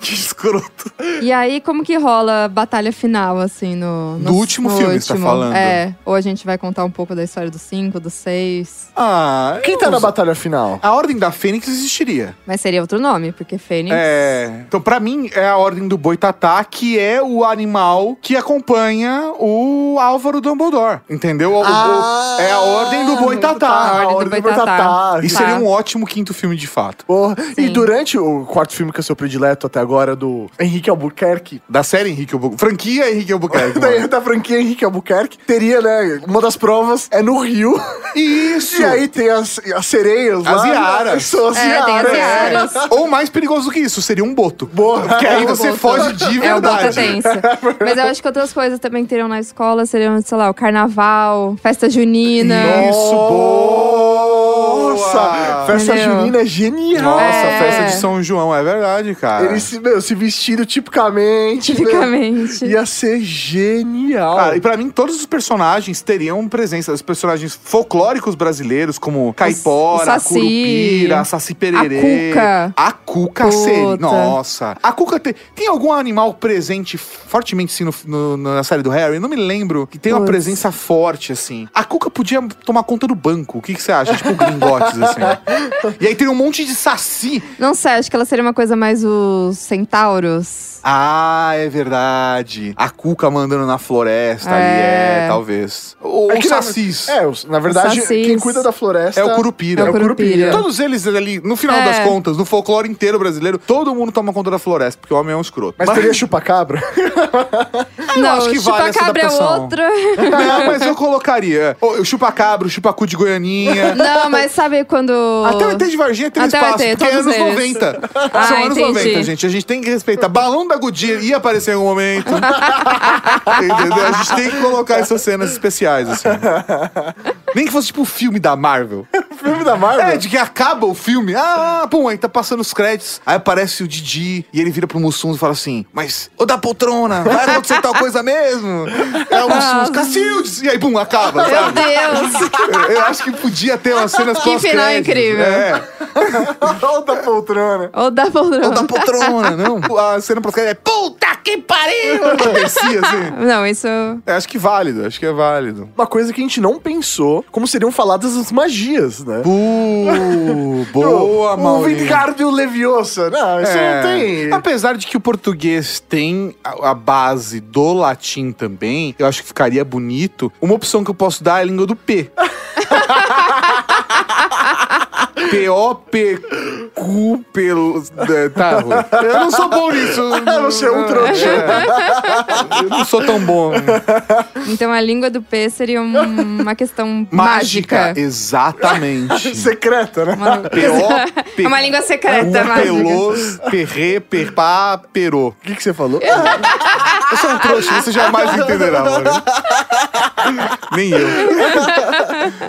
A: que escroto.
C: E aí, como que rola a batalha final, assim, no. no
A: Do último
C: no
A: filme, você tá
C: último?
A: falando?
C: É. Ou a gente vai contar um pouco da história do 5, do 6.
A: Ah,
B: Quem tá na batalha final?
A: A Ordem da Fênix existiria.
C: Mas seria outro nome, porque Fênix.
A: É. Então, pra mim, é a Ordem do Boitatá, que é o animal que acompanha o Álvaro Dumbledore. Entendeu? O- o-
B: Ah,
A: é a Ordem do
B: tá,
A: Boitatá.
B: a Ordem do Boitatá.
A: Isso seria um ótimo quinto filme de fato.
B: Porra. E durante o quarto filme que é o seu predileto até agora, do Henrique Albuquerque.
A: Da série Henrique Albuquerque. Franquia Henrique Albuquerque.
B: Da,
A: mano.
B: da franquia Henrique Albuquerque, teria, né? Uma das provas é no Rio.
A: Isso!
B: E aí tem as, as sereias
A: As
B: lá. né?
A: iaras.
B: São as
C: É, tem as
B: iaras.
C: iaras.
A: É. Ou mais perigoso do que isso, seria um boto.
B: Boa.
A: Porque aí você
C: Bota-
A: foge de
B: um
C: É o bota
A: verdade.
C: tenso. Mas eu acho que outras coisas também que teriam na escola seriam, sei lá, o carnaval, festa junina.
A: Isso, boa!
B: Nossa, festa
C: Entendeu?
B: junina é genial.
A: Nossa,
C: É.
A: festa de São João, é verdade, cara.
B: Eles se, meu, se vestiram tipicamente. meu.
C: Tipicamente.
B: Ia ser genial.
A: Cara, e pra mim, todos os personagens teriam presença. Os personagens folclóricos brasileiros, como Caipora,
C: o Saci,
A: Curupira, Saci Pererê.
C: a Cuca.
A: A Cuca seria.
C: Puta.
A: Nossa. A Cuca tem. Tem algum animal presente fortemente assim, no- no- na série do Harry? Eu não me lembro. Que tem uma
C: Putz.
A: presença forte, assim. A Cuca podia tomar conta do banco. O que, que você acha? Tipo gringotes, assim. E aí tem um monte de Saci.
C: Não sei, acho que ela seria uma coisa mais os centauros.
A: Ah, é verdade. A Cuca mandando na floresta. É,
C: É.
A: é talvez. Ou
B: É que na-
A: Sacis.
B: É, os- na verdade,
C: Sacis.
B: quem cuida da floresta
A: É o Curupira.
C: É o Curupira.
A: Todos eles ali, no final
C: É.
A: das contas, no folclore inteiro brasileiro, todo mundo toma conta da floresta, porque o homem é um escroto.
B: Mas teria chupa-cabra?
C: não,
A: Ah, acho que
C: o
A: vale essa
C: chupacabra é
A: adaptação.
C: outro.
A: Não, mas eu colocaria o o chupacabra, o chupacu de Goianinha.
C: Não, mas sabe quando.
A: Até o ET de Varginha tem
C: Até o
A: espaço,
C: ET,
A: porque é
C: todos
A: anos
C: eles.
A: 90.
C: Ah,
A: São anos
C: entendi.
A: 90, gente. A gente tem que respeitar. Balão da Godia ia aparecer em algum momento. Entendeu? A gente tem que colocar essas cenas especiais, assim. Nem que fosse tipo o filme da Marvel.
B: filme da Marvel?
A: É, de que acaba o filme. Ah, pum, aí tá passando os créditos. Aí aparece o Didi e ele vira pro Mussum e fala assim: Mas, ô da poltrona, vai acontecer tal coisa mesmo? É o
C: Ah.
A: Mussum, Cacildes! E aí, pum, acaba,
C: Meu
A: sabe?
C: Deus!
A: Eu- Eu acho que podia ter umas cenas
C: Que final
A: pós-créditos.
C: incrível.
A: É.
B: Olha da poltrona.
C: Ou da poltrona.
A: Ou da poltrona, não? A cena pós-crédito é puta que pariu! Parecia, assim.
C: Não, isso.
A: Eu acho que válido, acho que é válido.
B: Uma coisa que a gente não pensou, como seriam faladas as magias, né?
A: Uh, boa,
B: o
A: Maurinho.
B: Vingardium um Leviosa. Não, isso
A: É.
B: não tem...
A: Apesar de que o português tem a, a base do latim também, eu acho que ficaria bonito. Uma opção que eu posso dar é a língua do P. P-O-P-Q pelo. é, Tá, Rui. eu não sou bom nisso.
B: Você é um trouxa.
A: É. Eu não sou tão bom.
C: Então a língua do P seria um- uma questão
A: Mágica,
C: mágica.
A: exatamente.
B: Secreta, né?
C: Uma-
A: P-O, P-
C: É uma língua secreta,
A: Um,
C: mágica.
A: pelos, perrê, perpá, perô.
B: O que, que você falou?
A: Eu sou um trouxa, você jamais entenderá, mano. Nem eu.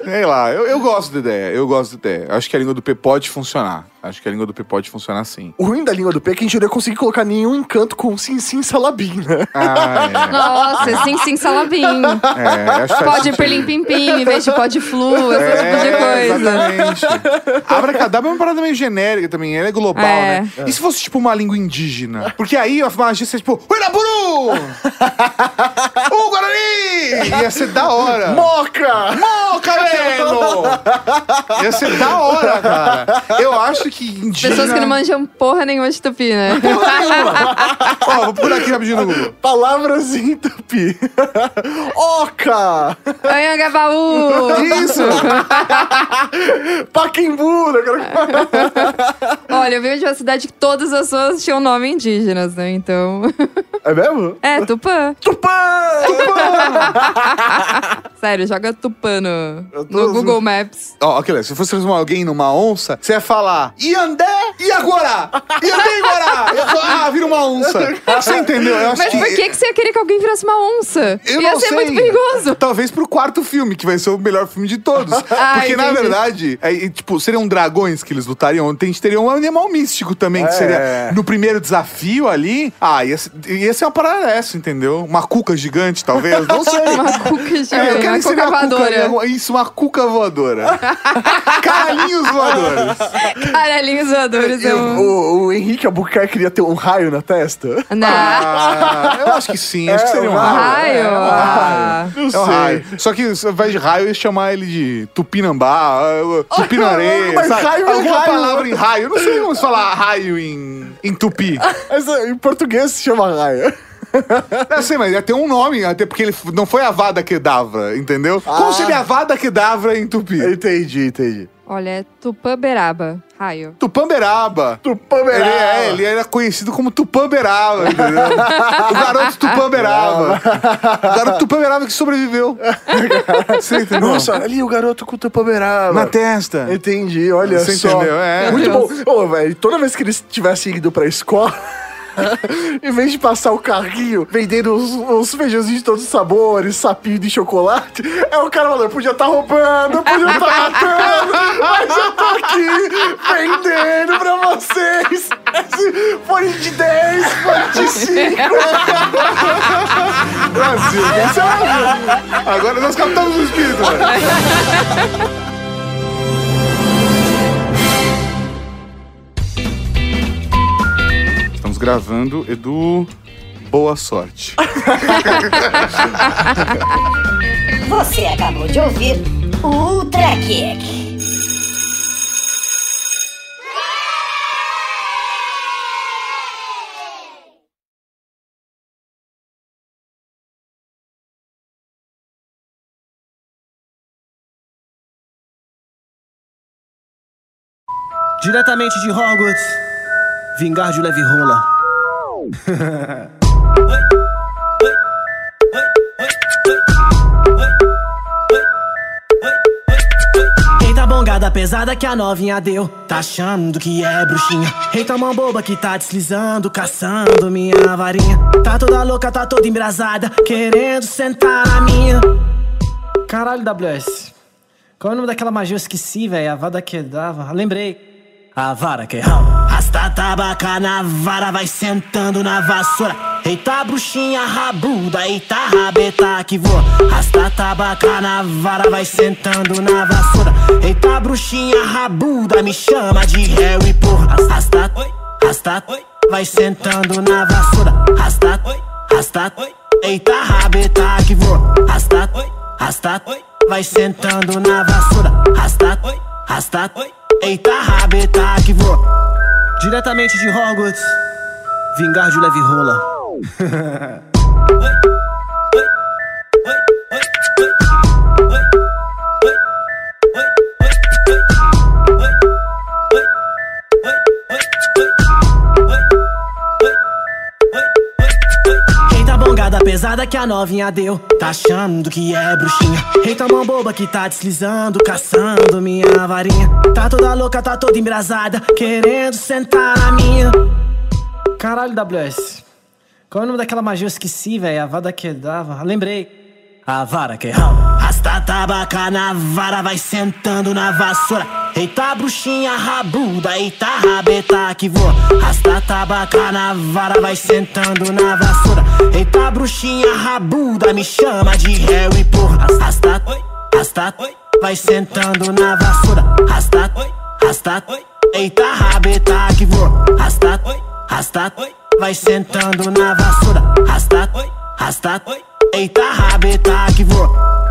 A: Sei lá, eu, eu gosto da ideia, eu gosto da ideia. Acho que a língua do P pode funcionar. Acho que a língua do P pode funcionar sim.
B: O ruim da língua do P é que a gente não ia conseguir colocar nenhum encanto com sim sim salabim, né?
A: Ah,
C: Nossa, sim, sim, salabim.
A: é. é acho que faz
C: Pode
A: sentido.
C: perlim pim pim, em vez de pode flu, esse tipo de coisa.
A: É, Exatamente. Abracadabra é uma parada meio genérica também, ela é global,
C: É.
A: né? E se fosse tipo uma língua indígena? Porque aí a magia seria tipo, Uiraburu! o Guarani! Ia ser da hora.
B: Moca!
A: Ô, cabelo! Ia ser da hora, cara. Eu acho que indígena...
C: Pessoas que não manjam porra nenhuma de tupi, né?
A: Ó, vou por aqui rapidinho no Google.
B: Palavras em tupi. Oca!
C: Anhangabaú!
A: Isso!
B: Paquimbu! né? Eu quero-
C: Olha, eu vim de uma cidade que todas as pessoas tinham nome indígenas, né? Então.
B: É mesmo?
C: É, Tupã.
B: Tupã!
C: Sério, joga Tupã no,
B: Eu tô
C: no
B: zoando.
C: Google Maps.
A: Ó, aquilo, se fosse transformar alguém numa onça, você ia falar Iandé e agora? Iandé e agora? Ah, vira uma uma onça. Você entendeu? Eu acho
C: Mas
A: que...
C: por que, que você ia querer que alguém virasse uma onça?
A: Eu
C: ia
A: não
C: ser
A: sei.
C: muito perigoso.
A: Talvez pro quarto filme, que vai ser o melhor filme de todos.
C: Ah,
A: Porque, na
C: entendi.
A: verdade, é, e, tipo, seriam dragões que eles lutariam. Ontem a gente teria um animal místico também, que
K: É.
A: seria no primeiro desafio ali. Ah, ia, ser- ia ser uma parada dessa, entendeu? Uma cuca gigante, talvez. Não sei. É,
C: Uma cuca gigante,
A: eu quero
C: É, uma
A: inserir
C: cuca voadora.
A: né? Isso, uma cuca voadora. Caralhinhos voadores.
C: Caralhinhos voadores.
K: Eu-
C: eu-
K: o, o Henrique Albuquerque queria ter um raio na testa?
C: Não.
A: Ah, eu acho que sim,
K: É,
A: acho que seria um raio.
C: raio.
A: É um
C: Ah.
A: raio. É um raio. Só que ao invés de raio, eu ia chamar ele de tupinambá, eh, tupinaré,
K: Mas
A: sabe?
K: raio é
A: Alguma
K: raio.
A: palavra em raio. Eu não sei como se falar raio em, em tupi.
K: Mas,
B: é,
K: eh, em português se chama raio.
A: Não sei, mas ia ter um nome, até porque ele f- não foi Avada Kedavra, entendeu?
K: Ah.
A: Como seria Avada Kedavra em tupi?
K: Entendi, entendi.
C: Olha, é Tupamberaba. Raio.
A: Tupamberaba.
K: Tupamberaba.
A: Ele, é, ele era conhecido como Tupamberaba, entendeu? o garoto Tupamberaba. o garoto Tupamberaba que sobreviveu. Você entendeu?
K: Nossa, olha ali o garoto com o Tupameraba.
A: Na testa.
K: Entendi, olha
A: Você
K: só.
A: entendeu? É.
K: Muito bom. Ô, velho, toda vez que eles tivessem ido pra escola, em vez de passar o carrinho vendendo os, os feijãozinhos de todos os sabores, sapinho de chocolate, é o cara falando, podia estar roubando, podia estar matando, mas eu tô aqui vendendo pra vocês. Esse Fone de 10, fone de 5.
A: Brasil, você é um- Agora nós captamos o espírito, velho. Estamos gravando, Edu. Boa sorte.
F: Você acabou de ouvir o Ultra Kick.
L: Diretamente de Hogwarts, Vingardio Leverola. Eita bongada pesada que a novinha deu Tá achando que é bruxinha Eita mão boba que tá deslizando Caçando minha varinha Tá toda louca, tá toda embrasada Querendo sentar na minha Caralho, WS Qual é o nome daquela magia? Eu esqueci, velho A vada que dava Lembrei A vara que Rasta tabaca na vara Vai sentando na vassoura Eita bruxinha rabuda Eita rabeta que voa Rasta tabaca na vara Vai sentando na vassoura Eita bruxinha rabuda Me chama de Harry porra Rasta, rasta Vai sentando na vassoura Rasta, rasta Eita rabeta que voa Rasta, rasta Vai sentando na vassoura Rasta, rasta Eita rabeta que voa Diretamente de Hogwarts Vingardio Leverola Eita bongada pesada que a novinha deu Tá achando que é bruxinha Eita mão boba que tá deslizando Caçando minha varinha Tá toda louca, tá toda embrasada Querendo sentar na minha Caralho, WS Qual é o nome daquela magia? Eu esqueci, velho A vada que dava Lembrei A vara que Rasta tabaca na vara Vai sentando na vassoura Eita bruxinha rabuda Eita rabeta que voa Rasta tabaca na vara Vai sentando na vassoura Eita bruxinha rabuda Me chama de Harry porra Rasta, rasta Vai sentando na vassoura Rasta, rasta Eita rabeta que voa Rasta, rasta Vai sentando na vassoura Rasta, rasta Eita rabeta que voa